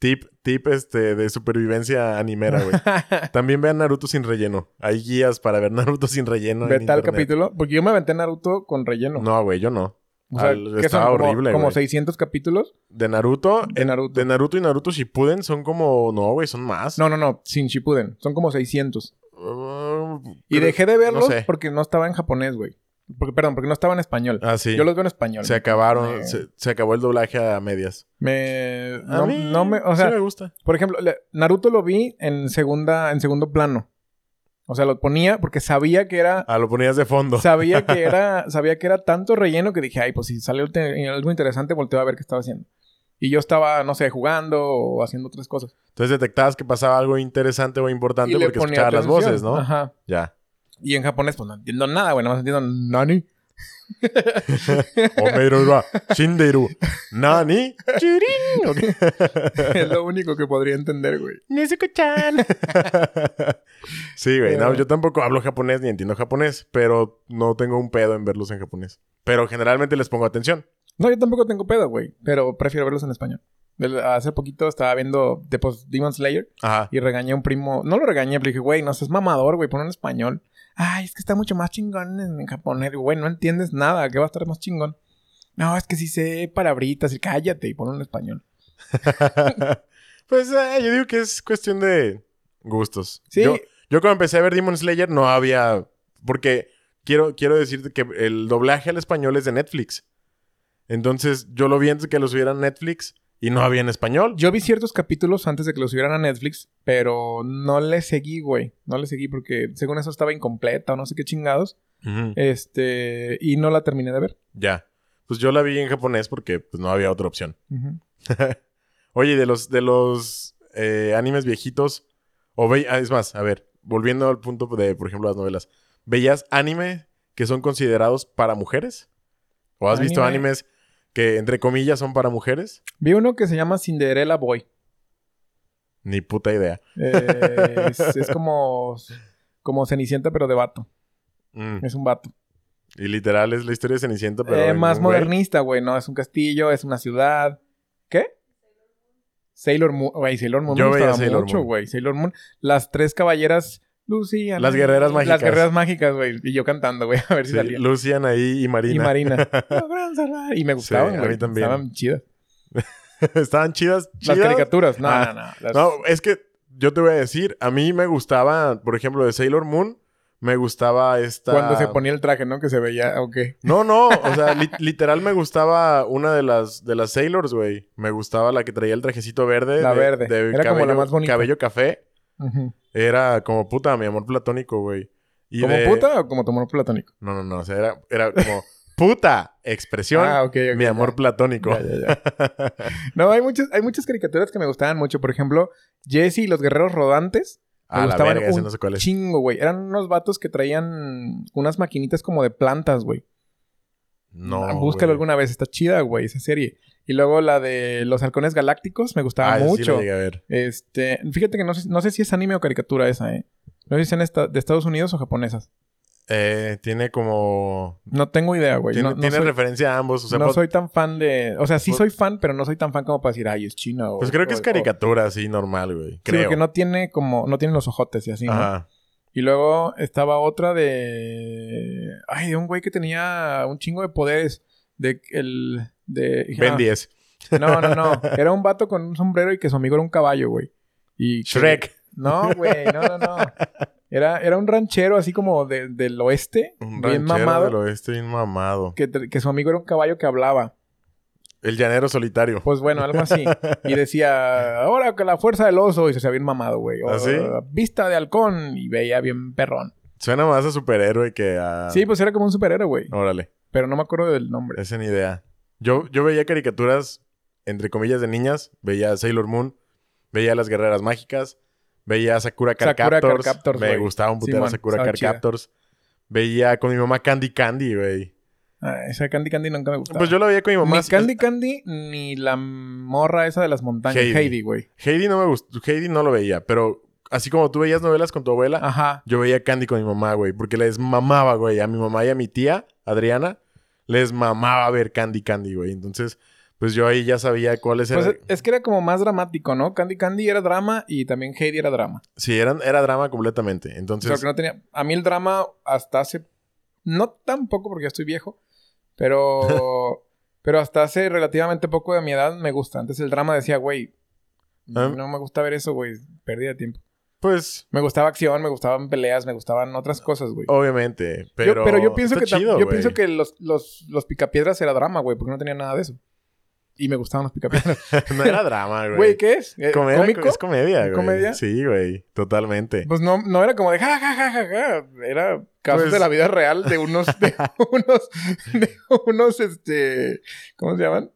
Speaker 2: Tip, tip este de supervivencia animera,
Speaker 1: (laughs)
Speaker 2: güey. También vean Naruto sin relleno. Hay guías para ver Naruto sin relleno.
Speaker 1: Ve
Speaker 2: en
Speaker 1: tal
Speaker 2: internet.
Speaker 1: capítulo. Porque yo me aventé Naruto con relleno.
Speaker 2: No, güey, yo no.
Speaker 1: O sea,
Speaker 2: Al-
Speaker 1: que
Speaker 2: estaba
Speaker 1: son como-
Speaker 2: horrible,
Speaker 1: Como,
Speaker 2: güey.
Speaker 1: 600 capítulos
Speaker 2: De Naruto,
Speaker 1: de Naruto.
Speaker 2: de Naruto y Naruto Shippuden son como, no, güey, son más.
Speaker 1: No, no, no, sin Shippuden. Son como 600.
Speaker 2: Uh,
Speaker 1: Y
Speaker 2: creo-
Speaker 1: dejé de verlos
Speaker 2: sé.
Speaker 1: porque no estaba en japonés, güey. Porque, perdón, porque no estaba en español.
Speaker 2: Ah, sí.
Speaker 1: Yo los veo en español.
Speaker 2: Se acabaron,
Speaker 1: Eh.
Speaker 2: se, se acabó el doblaje a medias.
Speaker 1: Me...
Speaker 2: A
Speaker 1: No,
Speaker 2: mí
Speaker 1: no me... O sea,
Speaker 2: sí me gusta.
Speaker 1: por ejemplo, le- Naruto lo vi en segunda... En segundo plano. O sea, lo ponía porque sabía que era...
Speaker 2: Ah, lo ponías de fondo.
Speaker 1: Sabía que
Speaker 2: (laughs)
Speaker 1: era... Sabía que era tanto relleno que dije... Ay, pues si sale te- algo interesante, volteo a ver qué estaba haciendo. Y yo estaba, no sé, jugando o haciendo otras cosas.
Speaker 2: Entonces detectabas que pasaba algo interesante o importante
Speaker 1: Y le
Speaker 2: porque
Speaker 1: ponía
Speaker 2: escuchabas las
Speaker 1: atención.
Speaker 2: voces, ¿no?
Speaker 1: Ajá.
Speaker 2: Ya.
Speaker 1: Y en japonés, pues no entiendo nada, güey. Nada más entiendo nani.
Speaker 2: Omeirura, Shinderu, Nani, Churin. Ok.
Speaker 1: (laughs) es lo único que podría entender, güey.
Speaker 2: Nezuko-chan. sí, güey. No,
Speaker 1: Pero-
Speaker 2: yo tampoco hablo japonés ni entiendo japonés, pero no tengo un pedo en verlos en japonés. Pero generalmente les pongo atención.
Speaker 1: No, yo tampoco tengo pedo, güey. Pero prefiero verlos en español. El- Hace poquito estaba viendo The Post- Demon Slayer
Speaker 2: Ajá.
Speaker 1: y regañé a un primo. No lo regañé, pero dije, güey, no seas mamador, güey, ponlo en español. Ay, es que está mucho más chingón en, en japonés. Güey, no entiendes nada, ¿qué va a estar más chingón? No, es que sí sé palabritas y cállate y ponlo en español.
Speaker 2: (laughs) pues eh, yo digo que es cuestión de gustos.
Speaker 1: Sí,
Speaker 2: Yo- Yo cuando empecé a ver Demon Slayer no había... Porque quiero, quiero decirte que el doblaje al español es de Netflix. Entonces yo lo vi antes de que lo subieran a Netflix y no había en español.
Speaker 1: yo vi ciertos capítulos antes de que los subieran a Netflix, pero no le seguí, güey. No le seguí porque según eso estaba incompleta o no sé qué chingados.
Speaker 2: Ujú,
Speaker 1: Este, y no la terminé de ver.
Speaker 2: Ya. Pues yo la vi en japonés porque pues, no había otra opción.
Speaker 1: Ujú.
Speaker 2: (laughs) Oye, de los, de los eh, animes viejitos, o ve- ah, es más, a ver, volviendo al punto de, por ejemplo, las novelas. ¿Veías anime que son considerados para mujeres? ¿O has visto
Speaker 1: Anime.
Speaker 2: animes que, entre comillas, son para mujeres?
Speaker 1: Vi uno que se llama Cinderella Boy.
Speaker 2: Ni puta idea.
Speaker 1: Eh, es, es como, como Cenicienta, pero de vato.
Speaker 2: Mm.
Speaker 1: Es un vato.
Speaker 2: Y literal es la historia de Cenicienta, pero...
Speaker 1: Eh,
Speaker 2: en
Speaker 1: más
Speaker 2: un güey.
Speaker 1: modernista, güey, ¿no? Es un castillo, es una ciudad. ¿Qué? Sailor Moon. Güey, Sailor Moon
Speaker 2: Yo
Speaker 1: me
Speaker 2: veía
Speaker 1: gustaba
Speaker 2: Sailor
Speaker 1: mucho,
Speaker 2: Moon.
Speaker 1: güey. Sailor Moon. Las tres caballeras. Lucía.
Speaker 2: Las guerreras mágicas.
Speaker 1: Las guerreras mágicas, güey. Y yo cantando, güey. (laughs) A ver si
Speaker 2: Sí,
Speaker 1: salía.
Speaker 2: Lucian ahí y Marina.
Speaker 1: Y Marina. Logran salvar. y me gustaban,
Speaker 2: Sí, a
Speaker 1: güey.
Speaker 2: mí también.
Speaker 1: Estaban chidas.
Speaker 2: (laughs) Estaban chidas,
Speaker 1: Las
Speaker 2: chidas.
Speaker 1: caricaturas. No,
Speaker 2: Ah,
Speaker 1: no, no. Las-
Speaker 2: No, es que yo te voy a decir, a mí me gustaba, por ejemplo, de Sailor Moon, me gustaba esta...
Speaker 1: Cuando se ponía el traje, ¿no? Que se veía, ok.
Speaker 2: No, no, o sea, li- literal me gustaba una de las, de las Sailors, güey. Me gustaba la que traía el trajecito verde.
Speaker 1: La
Speaker 2: de-
Speaker 1: verde.
Speaker 2: de
Speaker 1: Era como la más bonita.
Speaker 2: Cabello café.
Speaker 1: Ujú.
Speaker 2: Era como puta, mi amor platónico, güey. Y
Speaker 1: ¿Como
Speaker 2: de-
Speaker 1: puta o como tu amor platónico?
Speaker 2: No, no, no, o sea, era, era como puta
Speaker 1: (laughs)
Speaker 2: expresión,
Speaker 1: Ah, ok, ok,
Speaker 2: mi
Speaker 1: ya.
Speaker 2: amor platónico.
Speaker 1: Ya, ya, ya. No, hay muchas, hay muchas caricaturas que me gustaban mucho. Por ejemplo, Jesse y los guerreros rodantes. Me
Speaker 2: A la
Speaker 1: gustaban
Speaker 2: verga, ese
Speaker 1: un
Speaker 2: no sé cuál es.
Speaker 1: Chingo, güey. Eran unos vatos que traían unas maquinitas como de plantas, güey.
Speaker 2: No,
Speaker 1: Ah, Búscalo
Speaker 2: güey.
Speaker 1: alguna vez. Está chida, güey, esa serie. Y luego la de los halcones galácticos me gustaba
Speaker 2: Ah, ese sí lo
Speaker 1: mucho.
Speaker 2: llegué a ver.
Speaker 1: este, fíjate que no sé, no sé si es anime o caricatura esa, ¿eh? No sé si son esta- de Estados Unidos o japonesas.
Speaker 2: Eh, tiene como
Speaker 1: No tengo idea, güey.
Speaker 2: Tiene,
Speaker 1: No, no
Speaker 2: tiene
Speaker 1: soy-
Speaker 2: referencia a ambos. O sea,
Speaker 1: no
Speaker 2: pues,
Speaker 1: soy tan fan de. O sea, sí
Speaker 2: Pues-
Speaker 1: soy fan, pero no soy tan fan como para decir, ay, es china. o-
Speaker 2: pues creo que es
Speaker 1: o-
Speaker 2: caricatura, así, normal, güey.
Speaker 1: o- Sí,
Speaker 2: Creo.
Speaker 1: porque no tiene como. No tiene los ojotes y así, ¿no?
Speaker 2: Ajá.
Speaker 1: Y luego estaba otra de. Ay, de un güey que tenía un chingo de poderes. De el. De.
Speaker 2: Ben 10.
Speaker 1: No, no,
Speaker 2: (laughs)
Speaker 1: no. Era un vato con un sombrero y que su amigo era un caballo, güey. Y que-
Speaker 2: Shrek.
Speaker 1: No, güey, no, no, no. Era, era un ranchero así como de- del oeste,
Speaker 2: Un
Speaker 1: bien
Speaker 2: ranchero
Speaker 1: mamado,
Speaker 2: del oeste bien mamado.
Speaker 1: que, te- que su amigo era un caballo que hablaba.
Speaker 2: El llanero solitario.
Speaker 1: Pues bueno, algo así. Y decía, ahora que la fuerza del oso, y se había bien mamado, güey. O,
Speaker 2: ¿Ah, sí?
Speaker 1: Vista de halcón, y veía bien perrón.
Speaker 2: Suena más a superhéroe que a...
Speaker 1: Sí, pues era como un superhéroe, güey.
Speaker 2: Órale.
Speaker 1: Pero no me acuerdo del nombre.
Speaker 2: Esa ni idea. Yo, yo veía caricaturas, entre comillas, de niñas. Veía Sailor Moon. Veía Las Guerreras Mágicas. Veía Sakura Car
Speaker 1: Sakura Card
Speaker 2: Captors.
Speaker 1: Captors,
Speaker 2: Me
Speaker 1: güey.
Speaker 2: gustaba un putero
Speaker 1: Simón,
Speaker 2: Sakura
Speaker 1: estaba
Speaker 2: Car
Speaker 1: chida.
Speaker 2: Captors. Veía con mi mamá Candy Candy, güey.
Speaker 1: Ah, esa Candy Candy nunca me gustaba.
Speaker 2: Pues yo la veía con mi
Speaker 1: ni
Speaker 2: mamá.
Speaker 1: Ah. Candy Candy ni la morra esa de las montañas.
Speaker 2: Heidi.
Speaker 1: Heidi, güey.
Speaker 2: Heidi no me gustó. Heidi no lo veía, pero así como tú veías novelas con tu abuela,
Speaker 1: Ajá.
Speaker 2: yo veía Candy con mi mamá, güey. Porque les mamaba, güey. A mi mamá y a mi tía, Adriana, les mamaba ver Candy Candy, güey. Entonces, pues yo ahí ya sabía cuáles eran.
Speaker 1: Pues es- es que era como más dramático, ¿no? Candy Candy era drama y también Heidi era drama.
Speaker 2: sí, eran, era drama completamente.
Speaker 1: O sea,
Speaker 2: Entonces,
Speaker 1: que no tenía... A mí el drama hasta hace... No tampoco porque ya estoy viejo,
Speaker 2: (laughs)
Speaker 1: pero... pero hasta hace relativamente poco de mi edad me gusta. Antes el drama decía, güey,
Speaker 2: Ah.
Speaker 1: no me gusta ver eso, güey, pérdida de tiempo.
Speaker 2: pues,
Speaker 1: Me gustaba acción, me gustaban peleas, me gustaban otras cosas, güey.
Speaker 2: obviamente. Oh, Pero,
Speaker 1: Yo- pero yo pienso
Speaker 2: está
Speaker 1: que tam-
Speaker 2: chido,
Speaker 1: yo
Speaker 2: güey.
Speaker 1: pienso que los, los, los picapiedras era drama, güey, porque no tenía nada de eso. Y me gustaban los picapiedras.
Speaker 2: (laughs) no
Speaker 1: (laughs)
Speaker 2: era drama, (laughs) güey.
Speaker 1: Güey, ¿qué es? ¿Eh,
Speaker 2: Comer-
Speaker 1: ¿Cómico?
Speaker 2: Es comedia, güey.
Speaker 1: ¿Comedia?
Speaker 2: Sí, güey. Totalmente.
Speaker 1: Pues no, no era como de ja, ja, ja, ja, ja. Era casos
Speaker 2: Pues-
Speaker 1: de la vida real de unos,
Speaker 2: (laughs)
Speaker 1: de (laughs) unos, de unos, este, ¿cómo se llaman?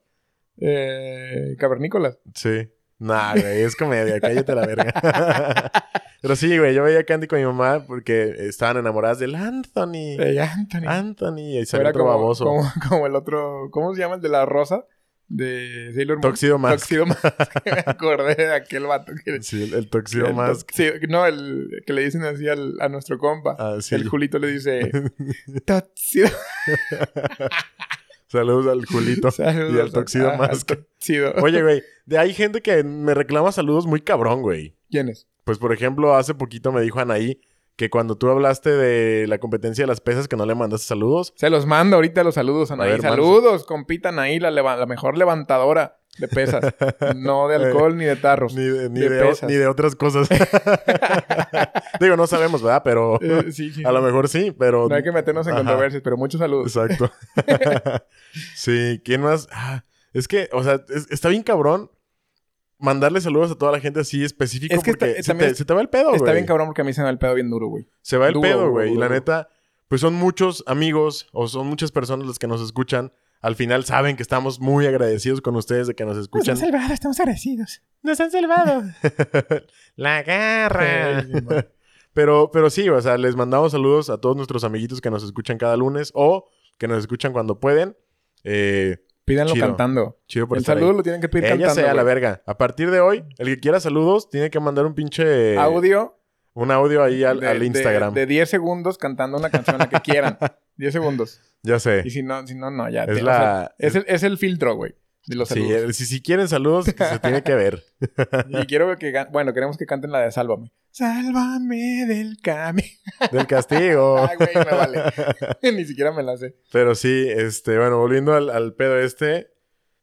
Speaker 1: Eh, cavernícolas.
Speaker 2: Sí. Nah, güey, es comedia, cállate la verga. (laughs) Pero sí, güey, yo veía a Candy con mi mamá porque estaban enamoradas del Anthony.
Speaker 1: Eh, Anthony.
Speaker 2: Anthony, y
Speaker 1: O
Speaker 2: Ah, salió otro
Speaker 1: como,
Speaker 2: baboso.
Speaker 1: Como, como el otro, ¿cómo se llama? El de la rosa de Sailor Moon.
Speaker 2: Tóxido Mask.
Speaker 1: Tóxido Mask. (laughs) Me acordé de aquel vato que...
Speaker 2: Sí, el, el Tuxedo
Speaker 1: el
Speaker 2: Mask.
Speaker 1: to- sí, no, el que le dicen así al- a nuestro compa.
Speaker 2: Ah, sí.
Speaker 1: El Julito le dice... Tóxido.
Speaker 2: (laughs) Saludos al
Speaker 1: (laughs)
Speaker 2: Julito y al Tuxedo
Speaker 1: Ajá,
Speaker 2: Mask.
Speaker 1: ah, Tóxido. (laughs)
Speaker 2: Oye, güey, de- hay gente que me reclama saludos muy cabrón, güey.
Speaker 1: ¿Quién es?
Speaker 2: Pues, por ejemplo, hace poquito me dijo Anaí que cuando tú hablaste de la competencia de las pesas que no le mandaste saludos,
Speaker 1: Se los mando ahorita los saludos,
Speaker 2: A
Speaker 1: Anaí.
Speaker 2: ver,
Speaker 1: saludos, compita Anaí, la, leva- la mejor levantadora de pesas.
Speaker 2: (laughs)
Speaker 1: no de alcohol ni de tarros.
Speaker 2: ni de, ni
Speaker 1: De
Speaker 2: de o-
Speaker 1: pesas.
Speaker 2: ni de otras cosas. (laughs) Digo, no sabemos, ¿verdad? Pero
Speaker 1: (laughs) Eh, sí, sí.
Speaker 2: a lo mejor sí, pero...
Speaker 1: No hay que meternos en
Speaker 2: Ajá.
Speaker 1: controversias, pero muchos saludos. (laughs)
Speaker 2: Exacto. sí, ¿quién más? Ah, es que, o sea, es- está bien cabrón mandarle saludos a toda la gente así específico
Speaker 1: Es que
Speaker 2: porque
Speaker 1: está-
Speaker 2: se,
Speaker 1: también
Speaker 2: te,
Speaker 1: es-
Speaker 2: se te va el pedo, güey.
Speaker 1: Está bien cabrón porque a mí se me da el pedo bien duro, güey.
Speaker 2: Se va el
Speaker 1: Duro,
Speaker 2: pedo,
Speaker 1: duro,
Speaker 2: güey. Y la
Speaker 1: duro.
Speaker 2: neta, pues son muchos amigos o son muchas personas las que nos escuchan Al final saben que estamos muy agradecidos con ustedes de que nos escuchan.
Speaker 1: salvado, estamos agradecidos.
Speaker 2: Nos han salvado. (laughs) La garra. Pero, pero sí, o sea, les mandamos saludos a todos nuestros amiguitos que nos escuchan cada lunes o que nos escuchan cuando pueden. Eh,
Speaker 1: Pídanlo
Speaker 2: Chido.
Speaker 1: cantando.
Speaker 2: chido por
Speaker 1: el
Speaker 2: estar
Speaker 1: saludo
Speaker 2: ahí.
Speaker 1: lo tienen que pedir
Speaker 2: Eh, ya
Speaker 1: cantando.
Speaker 2: sea, a la
Speaker 1: güey.
Speaker 2: verga. A partir de hoy, el que quiera saludos tiene que mandar un pinche...
Speaker 1: Audio
Speaker 2: Un audio ahí al,
Speaker 1: de-
Speaker 2: al
Speaker 1: de-
Speaker 2: Instagram.
Speaker 1: De, 10 segundos cantando una canción la que
Speaker 2: (laughs)
Speaker 1: quieran. 10 segundos.
Speaker 2: Ya sé.
Speaker 1: Y si no, si no, no, ya.
Speaker 2: Es
Speaker 1: te- o
Speaker 2: la-
Speaker 1: sea, es, el, es el filtro, güey. De los
Speaker 2: Sí,
Speaker 1: saludos.
Speaker 2: el- si, si quieren saludos, que se tiene
Speaker 1: (laughs)
Speaker 2: que ver.
Speaker 1: Y quiero que... gan- Bueno, queremos que canten la de Sálvame. Sálvame del camino.
Speaker 2: Del castigo.
Speaker 1: Ah, güey, me vale. (laughs) Ni siquiera me la sé.
Speaker 2: Pero sí, este, bueno, volviendo al, al pedo este.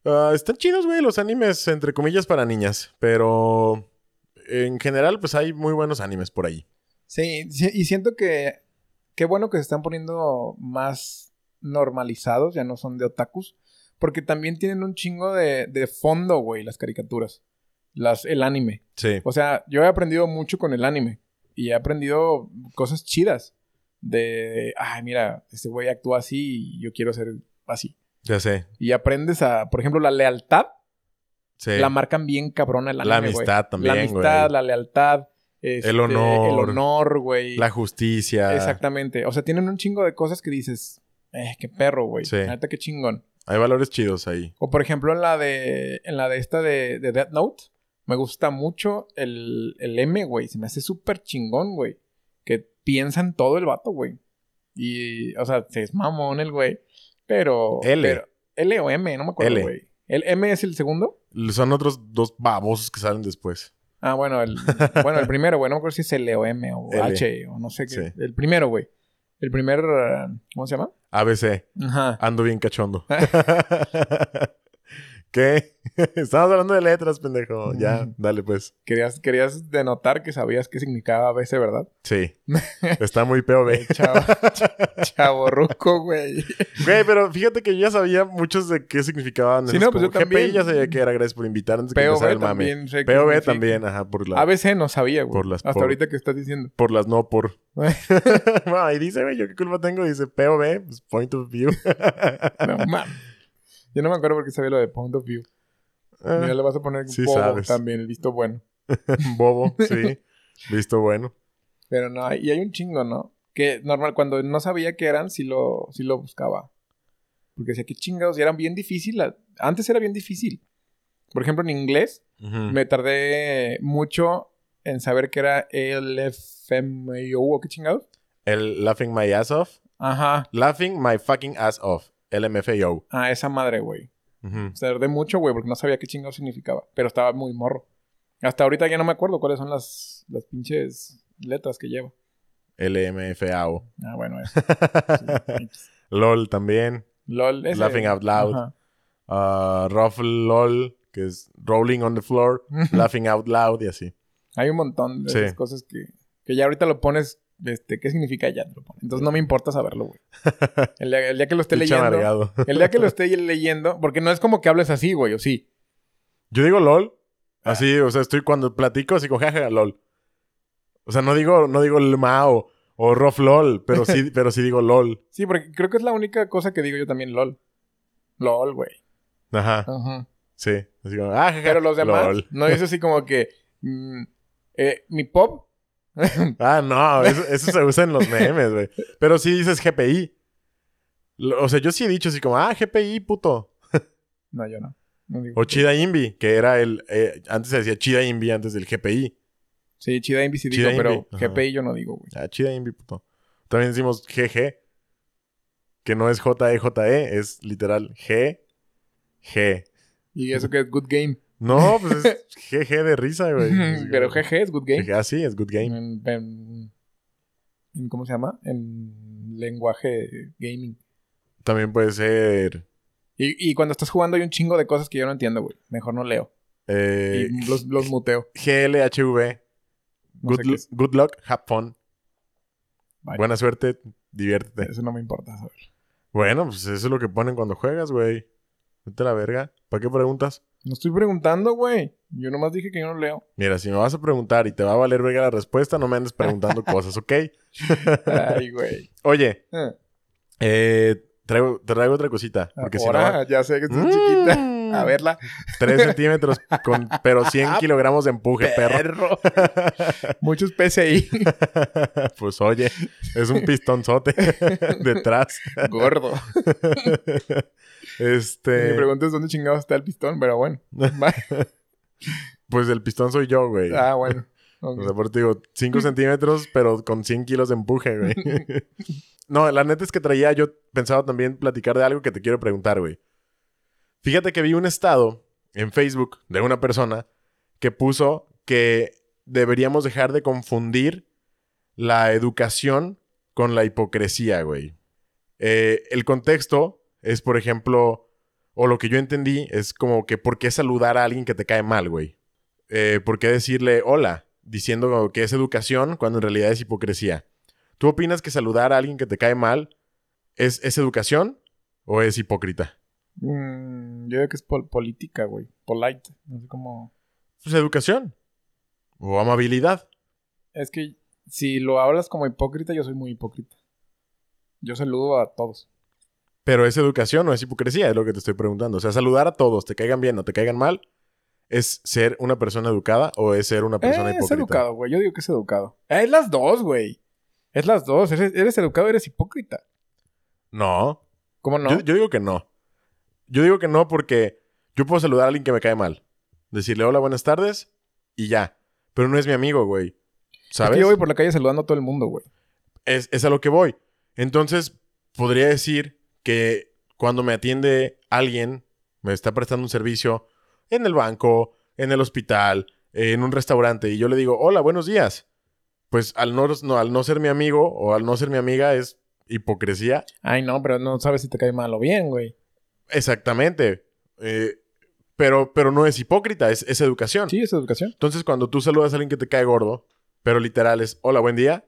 Speaker 2: ah, están chidos, güey, los animes, entre comillas, para niñas. Pero en general, pues hay muy buenos animes por ahí.
Speaker 1: Sí, sí, y siento que qué bueno que se están poniendo más normalizados, ya no son de otakus, porque también tienen un chingo de, de fondo, güey, las caricaturas, las, el anime.
Speaker 2: Sí.
Speaker 1: O sea, yo he aprendido mucho con el anime y he aprendido cosas chidas de, ay, mira, este güey actúa así y yo quiero ser así.
Speaker 2: Ya sé.
Speaker 1: Y aprendes a, por ejemplo, la lealtad,
Speaker 2: Sí.
Speaker 1: la marcan bien cabrona el anime,
Speaker 2: La
Speaker 1: güey.
Speaker 2: amistad también,
Speaker 1: La amistad,
Speaker 2: güey.
Speaker 1: la lealtad. este,
Speaker 2: honor.
Speaker 1: El honor, güey.
Speaker 2: La justicia.
Speaker 1: Exactamente. O sea, tienen un chingo de cosas que dices, eh, qué perro, güey.
Speaker 2: Sí.
Speaker 1: Neta, qué chingón.
Speaker 2: Hay valores chidos ahí.
Speaker 1: O por ejemplo, en la de, en la de esta de, de Death Note, me gusta mucho el, el M, güey. Se me hace súper chingón, güey. Que piensa en todo el vato, güey. Y, o sea, se es mamón el güey. Pero.
Speaker 2: L.
Speaker 1: pero- L o M, no me acuerdo,
Speaker 2: L.
Speaker 1: güey. ¿El M es el segundo?
Speaker 2: Son otros dos babosos que salen después.
Speaker 1: Ah, bueno,
Speaker 2: (laughs)
Speaker 1: el, bueno, el primero, güey. No me acuerdo si es L o M o
Speaker 2: L.
Speaker 1: H o no sé qué.
Speaker 2: Sí.
Speaker 1: El primero, güey. El primer. eh, ¿Cómo se llama?
Speaker 2: ABC.
Speaker 1: Ajá.
Speaker 2: Ando
Speaker 1: (laughs)
Speaker 2: bien cachondo. (laughs) ¿Qué? (laughs) Estamos hablando de letras, pendejo. Ya,
Speaker 1: Ujú.
Speaker 2: dale pues.
Speaker 1: Querías, querías denotar que sabías qué significaba ABC, ¿verdad? (laughs)
Speaker 2: Sí. Está muy POV. (laughs)
Speaker 1: Chavo, chavo ruco, güey.
Speaker 2: Güey, pero fíjate que yo ya sabía muchos de qué significaban.
Speaker 1: Sí,
Speaker 2: esos
Speaker 1: no, pues
Speaker 2: como
Speaker 1: yo también.
Speaker 2: GPI ya sabía que era gracias por invitarnos. que empezara el
Speaker 1: POV
Speaker 2: mame.
Speaker 1: también. sé qué
Speaker 2: POV
Speaker 1: significa.
Speaker 2: también, ajá, por, la-
Speaker 1: ABC no sabía, güey.
Speaker 2: Por las-
Speaker 1: Hasta
Speaker 2: por-
Speaker 1: ahorita que estás diciendo.
Speaker 2: por las no
Speaker 1: (laughs)
Speaker 2: por. Bueno, ahí dice, güey, yo qué culpa tengo. Dice POV, pues point of
Speaker 1: (laughs)
Speaker 2: view. (laughs)
Speaker 1: No, mames. Yo no me acuerdo por qué sabía lo de Point of View. Mira, le vas a poner
Speaker 2: Ah, sí
Speaker 1: bobo
Speaker 2: sabes.
Speaker 1: también, listo bueno.
Speaker 2: (laughs) Bobo,
Speaker 1: (laughs)
Speaker 2: sí. Visto bueno.
Speaker 1: Pero no, y hay un chingo, ¿no? Que normal, cuando no sabía qué eran, sí lo, sí lo buscaba. Porque decía, qué chingados, y eran bien difícil. la- Antes era bien difícil. Por ejemplo, en inglés,
Speaker 2: Ujú.
Speaker 1: Me tardé mucho en saber que era LFMIO o qué chingados.
Speaker 2: El laughing my ass off.
Speaker 1: Ajá.
Speaker 2: Laughing my fucking ass off. LMFAO.
Speaker 1: Ah, esa madre, güey.
Speaker 2: Ujú.
Speaker 1: Tardé mucho, güey, porque no sabía qué chingados significaba. Pero estaba muy morro. Hasta ahorita ya no me acuerdo cuáles son las, las pinches letras que lleva. (laughs)
Speaker 2: LMFAO.
Speaker 1: Ah, bueno, eso.
Speaker 2: (laughs) LOL también.
Speaker 1: LOL. ese.
Speaker 2: Laughing out loud. (laughs)
Speaker 1: Ajá.
Speaker 2: Ah, ruffle LOL, que es rolling on the floor.
Speaker 1: (clears throat)
Speaker 2: laughing out loud y así.
Speaker 1: Hay un montón de
Speaker 2: Sí.
Speaker 1: esas cosas que, que ya ahorita lo pones. Este, ¿Qué significa ya? te lo pones. Entonces no me importa saberlo,
Speaker 2: (laughs)
Speaker 1: güey. El, día- el día que lo esté
Speaker 2: Pinche
Speaker 1: leyendo.
Speaker 2: amargado. (laughs)
Speaker 1: El día que lo esté leyendo, porque no es como que hables así, güey, o sí.
Speaker 2: Yo digo LOL. Así, o sea, estoy cuando platico así con jaja LOL. O sea, no digo, no digo LMAO o Rof LOL, pero sí, pero sí digo LOL.
Speaker 1: Sí, porque creo que es la única cosa que digo yo también, LOL. LOL, güey.
Speaker 2: Ajá.
Speaker 1: Ajá.
Speaker 2: Sí. Así como, ah, jaja,
Speaker 1: Ah. Pero
Speaker 2: (laughs)
Speaker 1: los demás,
Speaker 2: LOL.
Speaker 1: no es así como que, mm, eh, mi pop,
Speaker 2: Ah, no, eso, eso se usa
Speaker 1: (laughs)
Speaker 2: en los memes, güey. Pero sí dices GPI. Lo- O sea, yo sí he dicho así como, ah, GPI, puto.
Speaker 1: no, yo no. No digo.
Speaker 2: O Chida Invi, que era el. eh, antes se decía Chida Invi antes del GPI.
Speaker 1: Sí, Chida Invi sí digo,
Speaker 2: Chida Invi.
Speaker 1: pero
Speaker 2: Ajá.
Speaker 1: GPI yo no digo, güey.
Speaker 2: Ah, Chida Invi, puto. También decimos GG. Que no es J-E-J-E, E, es literal G. G.
Speaker 1: Y eso que es Good Game.
Speaker 2: No, pues
Speaker 1: (laughs)
Speaker 2: es GG de risa, güey.
Speaker 1: pero GG es Good Game.
Speaker 2: Ah, sí, es Good Game.
Speaker 1: En, en- en- ¿Cómo se llama? En lenguaje gaming.
Speaker 2: También puede ser.
Speaker 1: Y, y cuando estás jugando hay un chingo de cosas que yo no entiendo, güey. Mejor no leo.
Speaker 2: Eh,
Speaker 1: Y los, los muteo.
Speaker 2: GLHV.
Speaker 1: No
Speaker 2: good,
Speaker 1: sé qué
Speaker 2: lu-
Speaker 1: es.
Speaker 2: good luck, have fun.
Speaker 1: Vaya.
Speaker 2: Buena suerte, diviértete.
Speaker 1: Eso no me importa saber.
Speaker 2: Bueno, pues eso es lo que ponen cuando juegas, güey. Vete a la verga. ¿Para qué preguntas?
Speaker 1: No estoy preguntando, güey. Yo nomás dije que yo no
Speaker 2: (laughs)
Speaker 1: leo.
Speaker 2: Mira, si me vas a preguntar y te va a valer verga la respuesta, no
Speaker 1: (laughs)
Speaker 2: me andes preguntando cosas, ¿ok?
Speaker 1: Ay, güey.
Speaker 2: Oye, eh, Traigo, traigo otra cosita. Porque si
Speaker 1: Ahora,
Speaker 2: no. ¡Ah!
Speaker 1: ya sé que estás chiquita. A
Speaker 2: Mm. (laughs)
Speaker 1: verla.
Speaker 2: 3 centímetros, con, pero 100 kilogramos de empuje, perro.
Speaker 1: Perro. Muchos PCI.
Speaker 2: (laughs) Pues oye, es un pistonzote (laughs)
Speaker 1: (laughs)
Speaker 2: detrás.
Speaker 1: (laughs) Gordo. Me
Speaker 2: Este.
Speaker 1: preguntas dónde chingados está el pistón, pero
Speaker 2: (laughs)
Speaker 1: bueno.
Speaker 2: Pues el pistón soy yo, güey.
Speaker 1: ah, bueno. Ok.
Speaker 2: (laughs) O sea, por eso te digo, 5 centímetros, pero con 100 kilos de empuje, güey. no, la neta es que traía, yo pensaba también platicar de algo que te quiero preguntar, güey. Fíjate que vi un estado en Facebook de una persona que puso que deberíamos dejar de confundir la educación con la hipocresía, güey. Eh, el contexto es, por ejemplo, o lo que yo entendí es como que por qué saludar a alguien que te cae mal, güey eh, ¿por qué decirle hola? Diciendo como que es educación cuando en realidad es hipocresía. ¿Tú opinas que saludar a alguien que te cae mal es, es educación o es hipócrita?
Speaker 1: Mm, yo creo que es pol- política, güey. Polite. No sé cómo.
Speaker 2: Pues educación. O amabilidad.
Speaker 1: Es que si lo hablas como hipócrita, yo soy muy hipócrita. Yo saludo a todos.
Speaker 2: Pero es educación o es hipocresía, es lo que te estoy preguntando. O sea, saludar a todos, te caigan bien o te caigan mal, ¿es ser una persona educada o es ser una persona
Speaker 1: Eh, es
Speaker 2: hipócrita?
Speaker 1: educado, güey. Yo digo que es educado. Eh, es las dos, güey. Es las dos. Eres, eres educado, eres hipócrita.
Speaker 2: No,
Speaker 1: ¿Cómo no?
Speaker 2: Yo, yo digo que no. Yo digo que no porque yo puedo saludar a alguien que me cae mal. Decirle hola, buenas tardes y ya. Pero no es mi amigo, güey.
Speaker 1: Es que
Speaker 2: ¿Sabes?
Speaker 1: yo voy por la calle saludando a todo el mundo, güey.
Speaker 2: es, es a lo que voy. Entonces, podría decir que cuando me atiende alguien, me está prestando un servicio en el banco, en el hospital, en un restaurante, y yo le digo, hola, buenos días. Pues al no, no, al no ser mi amigo o al no ser mi amiga es hipocresía
Speaker 1: Ay, no, pero no sabes si te cae mal o bien, güey.
Speaker 2: Exactamente. Eh, pero, pero no es hipócrita, es, es educación.
Speaker 1: Sí, es educación.
Speaker 2: Entonces, cuando tú saludas a alguien que te cae gordo, pero literal es hola, buen día,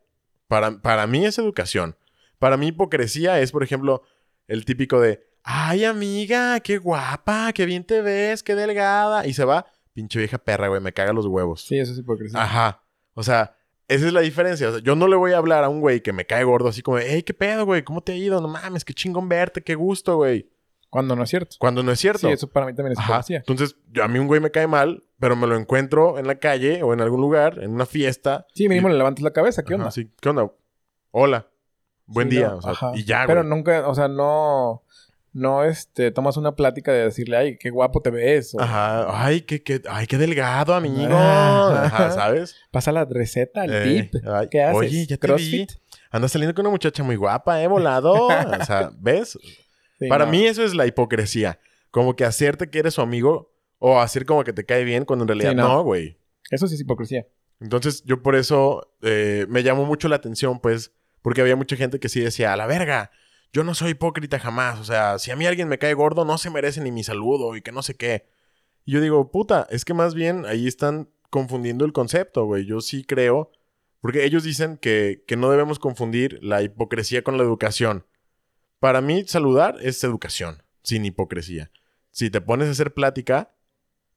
Speaker 2: para, para mí es educación. Para mí, hipocresía es, por ejemplo, el típico de ay, amiga, qué guapa, qué bien te ves, qué delgada. Y se va, pinche vieja perra, güey, me caga los huevos.
Speaker 1: Sí, eso es hipocresía.
Speaker 2: Ajá. O sea, esa es la diferencia. O sea, yo no le voy a hablar a un güey que me cae gordo así como, hey, qué pedo, güey, cómo te ha ido, no mames, qué chingón verte, qué gusto, güey.
Speaker 1: Cuando no es cierto.
Speaker 2: Cuando no es
Speaker 1: Sí,
Speaker 2: cierto.
Speaker 1: eso para mí también es
Speaker 2: Ajá.
Speaker 1: hipocresía.
Speaker 2: Entonces, yo- a mí un güey me cae mal, pero me lo encuentro en la calle o en algún lugar, en una fiesta.
Speaker 1: Sí, mínimo le levantas la cabeza. ¿Qué
Speaker 2: Ajá,
Speaker 1: onda?
Speaker 2: sí, ¿Qué onda? Hola. Buen
Speaker 1: Sí,
Speaker 2: día.
Speaker 1: no,
Speaker 2: o sea,
Speaker 1: ajá.
Speaker 2: y ya, güey.
Speaker 1: Pero nunca, o sea, no, no, este, tomas una plática de decirle, ay, qué guapo te ves, o
Speaker 2: Ajá. Ay, qué, qué, ay, qué delgado, amigo.
Speaker 1: Ajá.
Speaker 2: Ajá, ¿sabes?
Speaker 1: pasa la receta, el
Speaker 2: Eh,
Speaker 1: tip,
Speaker 2: ay,
Speaker 1: ¿qué haces?
Speaker 2: Oye, ya te
Speaker 1: ¿Crossfit?
Speaker 2: vi. Andas saliendo con una muchacha muy guapa, ¿eh? Volado.
Speaker 1: (laughs)
Speaker 2: o sea, ¿ves?
Speaker 1: Sí,
Speaker 2: Para
Speaker 1: no.
Speaker 2: mí eso es la hipocresía. Como que hacerte que eres su amigo o hacer como que te cae bien cuando en realidad
Speaker 1: Sí, no.
Speaker 2: no, güey.
Speaker 1: Eso sí es hipocresía.
Speaker 2: Entonces, yo por eso eh, me llamó mucho la atención, pues, porque había mucha gente que sí decía, a la verga, yo no soy hipócrita jamás. O sea, si a mí alguien me cae gordo, no se merece ni mi saludo y que no sé qué. Y yo digo, puta, es que más bien ahí están confundiendo el concepto, güey. Yo sí creo, porque ellos dicen que, que no debemos confundir la hipocresía con la educación. Para mí, saludar es educación, sin hipocresía. Si te pones a hacer plática,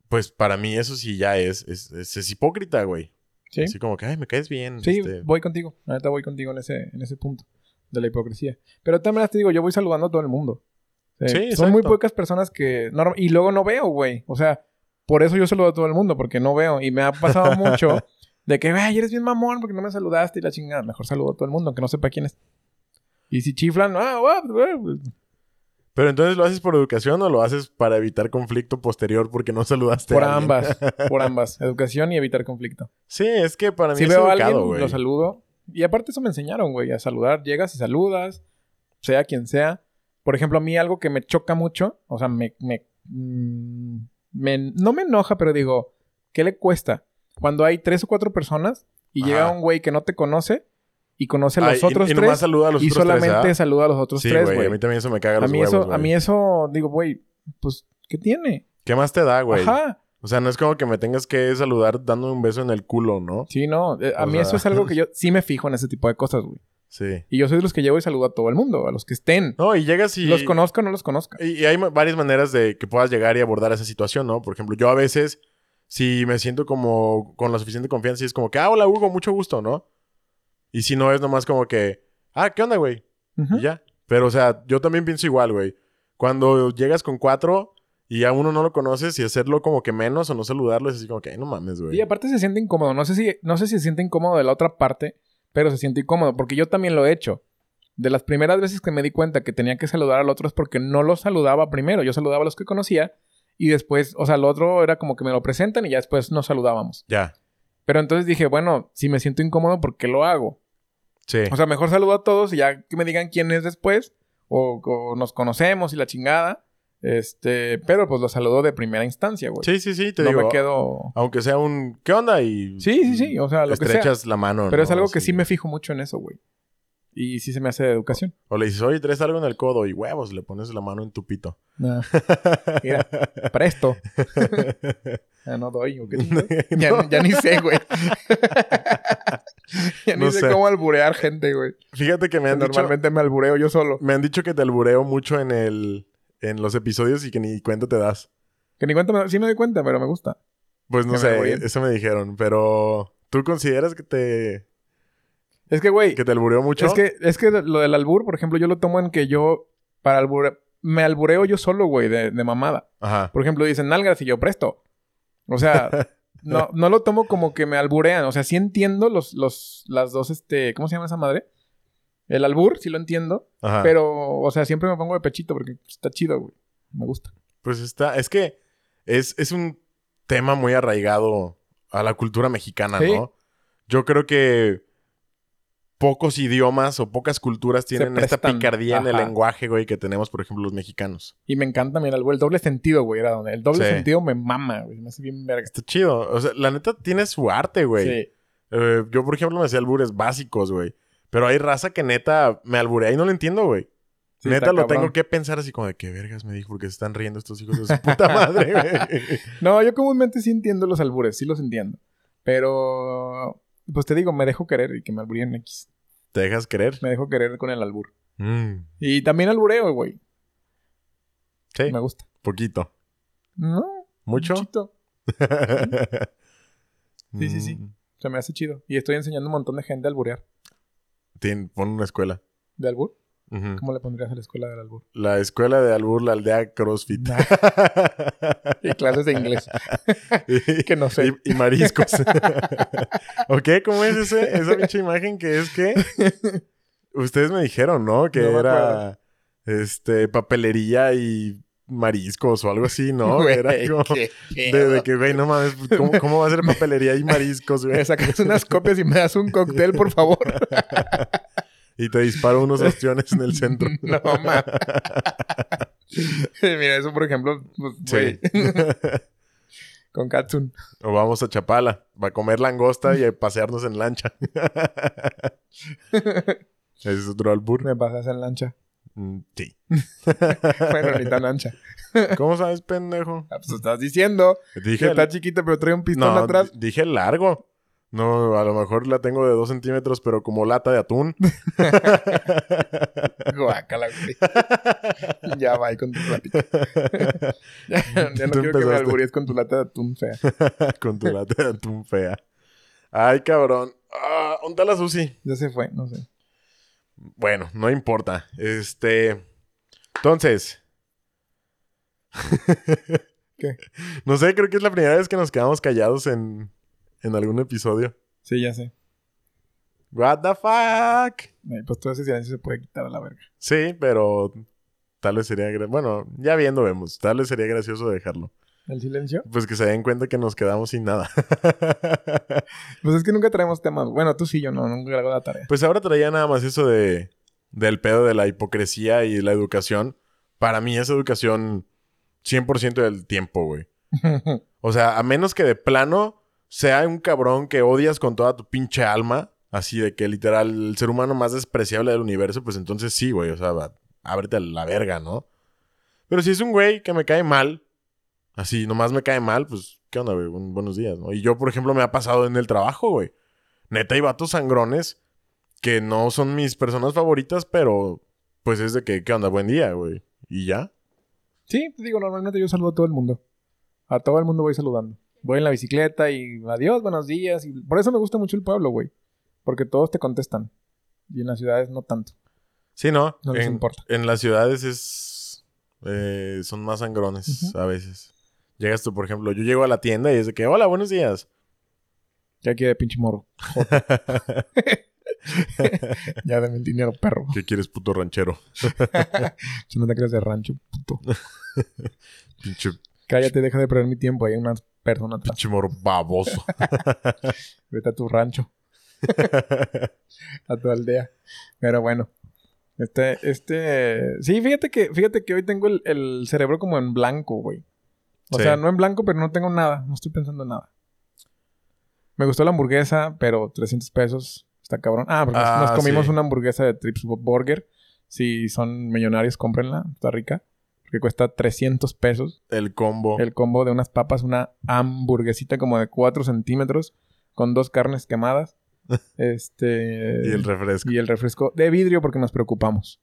Speaker 2: pues para mí eso sí ya es, es, es- es hipócrita, güey.
Speaker 1: Sí,
Speaker 2: Así como que, ay, me caes bien.
Speaker 1: sí
Speaker 2: este,
Speaker 1: voy contigo. La neta voy contigo en ese, en ese punto de la hipocresía. Pero también te digo, yo voy saludando a todo el mundo. Eh,
Speaker 2: Sí,
Speaker 1: son muy
Speaker 2: exacto.
Speaker 1: pocas personas que... norm- y luego no veo, güey. O sea, por eso yo saludo a todo el mundo, porque no veo. Y me ha
Speaker 2: (laughs)
Speaker 1: pasado mucho de que, güey, eres bien mamón porque no me saludaste y la chingada. Mejor saludo a todo el mundo, aunque no sepa quién es. Y si chiflan, ah, guau, guau".
Speaker 2: Pero entonces lo haces por educación o lo haces para evitar conflicto posterior porque no saludaste
Speaker 1: por
Speaker 2: a alguien?
Speaker 1: ambas.
Speaker 2: (laughs)
Speaker 1: Por ambas. Educación y evitar conflicto.
Speaker 2: Sí, es que para mí
Speaker 1: Si
Speaker 2: es
Speaker 1: veo a
Speaker 2: educado,
Speaker 1: alguien,
Speaker 2: güey.
Speaker 1: lo saludo. Y aparte eso me enseñaron, güey, a saludar. Llegas y saludas, sea quien sea. Por ejemplo, a mí algo que me choca mucho, o sea, me... me, mm, me- no me enoja, pero digo, ¿qué le cuesta? Cuando hay tres o cuatro personas y llega
Speaker 2: Ajá.
Speaker 1: un güey que no te conoce y conoce a los
Speaker 2: Ay, y-
Speaker 1: otros
Speaker 2: y, nomás
Speaker 1: tres
Speaker 2: saluda a los
Speaker 1: y
Speaker 2: otros tres,
Speaker 1: solamente
Speaker 2: ¿ah?
Speaker 1: saluda a los otros
Speaker 2: Sí,
Speaker 1: tres,
Speaker 2: güey.
Speaker 1: güey.
Speaker 2: A mí también eso me caga
Speaker 1: A
Speaker 2: los
Speaker 1: mí,
Speaker 2: huevos,
Speaker 1: eso, a
Speaker 2: güey.
Speaker 1: mí eso, digo, güey, pues, ¿qué tiene?
Speaker 2: ¿Qué más te da, güey?
Speaker 1: Ajá.
Speaker 2: O sea, no es como que me tengas que saludar dándome un beso en el culo, ¿no?
Speaker 1: Sí, no. eh, a
Speaker 2: O
Speaker 1: mí
Speaker 2: sea.
Speaker 1: eso es algo
Speaker 2: (laughs)
Speaker 1: que yo sí me fijo en ese tipo de cosas, güey.
Speaker 2: Sí.
Speaker 1: Y yo soy de los que llevo y saludo a todo el mundo, a los que estén.
Speaker 2: No, y llegas y...
Speaker 1: Los conozco o no los conozco.
Speaker 2: Y, y hay ma- varias maneras de que puedas llegar y abordar esa situación, ¿no? Por ejemplo, yo a veces, si me siento como con la suficiente confianza, y es como que, ah, hola Hugo, mucho gusto, ¿no? Y si no es nomás como que, ah, ¿qué onda, güey?
Speaker 1: Ujú.
Speaker 2: Y ya. Pero, o sea, yo también pienso igual, güey. Cuando llegas con cuatro y a uno no lo conoces y hacerlo como que menos o no saludarlo es así como que, ay, no mames, güey.
Speaker 1: Y aparte se siente incómodo. No sé si, no sé si se siente incómodo de la otra parte, pero se siente incómodo porque yo también lo he hecho. De las primeras veces que me di cuenta que tenía que saludar al otro es porque no lo saludaba primero. Yo saludaba a los que conocía y después, o sea, el otro era como que me lo presentan y ya después nos saludábamos.
Speaker 2: Ya.
Speaker 1: Pero entonces dije, bueno, si me siento incómodo, ¿por qué lo hago?
Speaker 2: Sí.
Speaker 1: O sea, mejor saludo a todos y ya que me digan quién es después o, o nos conocemos y la chingada. Este, pero pues lo saludo de primera instancia, güey.
Speaker 2: sí, sí, sí, te
Speaker 1: no
Speaker 2: digo.
Speaker 1: me quedo.
Speaker 2: Aunque sea un ¿qué onda? Y
Speaker 1: Sí, sí, sí, o sea, lo que sea.
Speaker 2: estrechas la mano.
Speaker 1: Pero
Speaker 2: ¿no?
Speaker 1: es algo que
Speaker 2: Así.
Speaker 1: sí me fijo mucho en eso, güey. Y sí se me hace de educación.
Speaker 2: O le dices, oye, traes algo en el codo y huevos, le pones la mano en tu pito.
Speaker 1: (laughs)
Speaker 2: (laughs)
Speaker 1: Mira, para esto. Ah, no doy. ¿o
Speaker 2: (laughs)
Speaker 1: qué chingados? ya, ya ni sé, güey. ya ni
Speaker 2: No
Speaker 1: sé
Speaker 2: sé.
Speaker 1: cómo alburear gente, güey.
Speaker 2: Fíjate que me han, dicho,
Speaker 1: Normalmente me albureo yo solo.
Speaker 2: me han dicho que te albureo mucho en el en los episodios y que ni cuenta te das.
Speaker 1: Que ni cuenta, me- sí me doy cuenta, pero me gusta.
Speaker 2: Pues no
Speaker 1: Que me
Speaker 2: sé,
Speaker 1: albureen.
Speaker 2: eso me dijeron, pero ¿tú consideras que te
Speaker 1: Es que, güey,
Speaker 2: que te albureo mucho?
Speaker 1: es que, es que lo del albur, por ejemplo, yo lo tomo en que yo para albure- me albureo yo solo, güey, de, de mamada.
Speaker 2: ajá.
Speaker 1: Por ejemplo, dicen nalgas y yo presto. O sea,
Speaker 2: (laughs)
Speaker 1: no, no lo tomo como que me alburean. O sea, sí entiendo los, los, las dos, este, ¿cómo se llama esa madre? El albur, sí lo entiendo.
Speaker 2: Ajá.
Speaker 1: Pero, o sea, siempre me pongo de pechito porque está chido, güey. Me gusta.
Speaker 2: Pues está, es que es, es un tema muy arraigado a la cultura mexicana,
Speaker 1: Sí.
Speaker 2: ¿no? Yo creo que pocos idiomas o pocas culturas tienen esta
Speaker 1: prestan,
Speaker 2: picardía en el
Speaker 1: ajá.
Speaker 2: lenguaje, güey, que tenemos, por ejemplo, los mexicanos.
Speaker 1: Y me encanta mi albur. El doble sentido, güey, era donde. El doble
Speaker 2: Sí.
Speaker 1: sentido me mama, güey. Me hace bien verga.
Speaker 2: Está chido. O sea, la neta tiene su arte, güey.
Speaker 1: Sí.
Speaker 2: Eh, yo, por ejemplo, me hacía albures básicos, güey. Pero hay raza que neta me alburea y no lo entiendo, güey.
Speaker 1: Sí,
Speaker 2: neta
Speaker 1: está
Speaker 2: lo
Speaker 1: cabrón.
Speaker 2: tengo que pensar así como de qué vergas me dijo porque se están riendo estos hijos de su puta
Speaker 1: (laughs)
Speaker 2: madre, güey.
Speaker 1: No, yo comúnmente sí entiendo los albures, sí los entiendo. Pero, pues te digo, me dejo querer y que me alburíen X.
Speaker 2: ¿Te dejas creer?
Speaker 1: Me dejo querer con el albur.
Speaker 2: Mm,
Speaker 1: Y también albureo, güey.
Speaker 2: sí,
Speaker 1: Me gusta.
Speaker 2: poquito.
Speaker 1: No.
Speaker 2: ¿Mucho? (laughs)
Speaker 1: Muchito. Sí, sí, sí.
Speaker 2: Mm.
Speaker 1: Se me hace chido. Y estoy enseñando un montón de gente a alburear.
Speaker 2: Tien- pon una escuela.
Speaker 1: ¿De albur?
Speaker 2: Ujú.
Speaker 1: ¿Cómo le pondrías a la escuela del albur?
Speaker 2: La escuela de Albur, la aldea CrossFit. (laughs)
Speaker 1: Nah. (laughs) Y clases de inglés.
Speaker 2: y,
Speaker 1: que no sé.
Speaker 2: y-
Speaker 1: (laughs)
Speaker 2: y mariscos. ¿Ok? ¿Cómo es ese- esa pinche imagen que es que? Ustedes me dijeron, ¿no? Que
Speaker 1: No me
Speaker 2: era este papelería y mariscos o algo así, ¿no?
Speaker 1: Güey,
Speaker 2: era como
Speaker 1: qué
Speaker 2: de,
Speaker 1: pedo.
Speaker 2: de que, güey, no mames, ¿cómo, cómo va a ser papelería y mariscos,
Speaker 1: Me (laughs)
Speaker 2: güey?
Speaker 1: sacas unas copias y me das un cóctel, por favor.
Speaker 2: Y te disparo unos ostiones en el (laughs) centro.
Speaker 1: (laughs) No, mames. Mira, eso, por ejemplo, pues, güey,
Speaker 2: Sí.
Speaker 1: con Katsun.
Speaker 2: (laughs) O vamos a Chapala, a comer langosta y a pasearnos en
Speaker 1: (laughs)
Speaker 2: lancha. (laughs) Ese es otro albur.
Speaker 1: Me pasas en lancha.
Speaker 2: Mm, Sí.
Speaker 1: Bueno, ni tan ancha.
Speaker 2: ¿Cómo sabes, pendejo?
Speaker 1: Ah, Pues estás diciendo que
Speaker 2: Dije,
Speaker 1: está chiquita, pero trae un pistón
Speaker 2: no,
Speaker 1: atrás. (laughs)
Speaker 2: di- dije largo. No, a lo mejor la tengo de dos centímetros, pero como lata de atún.
Speaker 1: Guácala, güey. (laughs) Ya va ahí con tu plática. (laughs) ya, ya no quiero que
Speaker 2: Tú
Speaker 1: me
Speaker 2: empezaste.
Speaker 1: alburies con tu lata de atún fea.
Speaker 2: Con tu lata de atún fea. Ay, cabrón. Ah, ¿Dónde está la Susi?
Speaker 1: Ya se fue, no sé.
Speaker 2: Bueno, no importa. Este. Entonces. (laughs)
Speaker 1: ¿Qué?
Speaker 2: No sé, creo que es la primera vez que nos quedamos callados en, en algún episodio.
Speaker 1: Sí, ya sé.
Speaker 2: What the fuck?
Speaker 1: Ay, Pues todo ese silencio se puede quitar a la verga.
Speaker 2: Sí, pero tal vez sería... gra- Bueno, ya viendo vemos. Tal vez sería gracioso dejarlo.
Speaker 1: ¿El silencio?
Speaker 2: Pues que se den cuenta que nos quedamos sin nada. (laughs)
Speaker 1: Pues es que nunca traemos temas. Bueno, tú sí, yo no. Nunca hago la tarea. (laughs)
Speaker 2: Pues ahora traía nada más eso de del pedo de la hipocresía y la educación. Para mí es educación 100% del tiempo, güey. O sea, a menos que de plano sea un cabrón que odias con toda tu pinche alma, así de que literal el ser humano más despreciable del universo, pues entonces sí, güey, o sea, va- ábrete a la verga, ¿no? Pero si es un güey que me cae mal, así nomás me cae mal, pues, ¿qué onda, güey? Un- buenos días, ¿no? Y yo, por ejemplo, me ha pasado en el trabajo, güey. Neta, hay vatos sangrones que no son mis personas favoritas, pero pues es de que, ¿qué onda? Buen día, güey. Y ya.
Speaker 1: Sí, te digo, normalmente yo saludo a todo el mundo. A todo el mundo voy saludando. Voy en la bicicleta y adiós, buenos días. Y por eso me gusta mucho el pueblo, güey. Porque todos te contestan. Y en las ciudades no tanto.
Speaker 2: Sí, ¿no?
Speaker 1: No les
Speaker 2: en,
Speaker 1: importa.
Speaker 2: En las ciudades es. eh, son más sangrones
Speaker 1: Ujú.
Speaker 2: a veces. Llegas tú, por ejemplo, yo llego a la tienda y es de que, hola, buenos días.
Speaker 1: Ya quiere pinche morro. (laughs) ya dame el dinero, perro.
Speaker 2: ¿Qué quieres, puto ranchero?
Speaker 1: Si no te crees de rancho, puto.
Speaker 2: Pinche,
Speaker 1: Cállate, deja de perder mi tiempo. Hay unas personas atrás.
Speaker 2: pinche moro baboso.
Speaker 1: Vete a tu
Speaker 2: (laughs)
Speaker 1: rancho, a tu aldea. Pero bueno. Este, este. Sí, fíjate que, fíjate que hoy tengo el, el cerebro como en blanco, güey. O
Speaker 2: Sí.
Speaker 1: sea, no en blanco, pero no tengo nada. No estoy pensando en nada. Me gustó la hamburguesa, pero 300 pesos. Está cabrón. Ah, porque nos-
Speaker 2: Ah,
Speaker 1: nos comimos
Speaker 2: sí.
Speaker 1: una hamburguesa de Trips Burger. Si son millonarios, cómprenla. Está rica. Que cuesta 300 pesos.
Speaker 2: El combo.
Speaker 1: el combo de unas papas, una hamburguesita como de 4 centímetros con dos carnes
Speaker 2: (laughs)
Speaker 1: quemadas. este.
Speaker 2: Y el refresco.
Speaker 1: y el refresco de vidrio porque nos
Speaker 2: (laughs)
Speaker 1: preocupamos.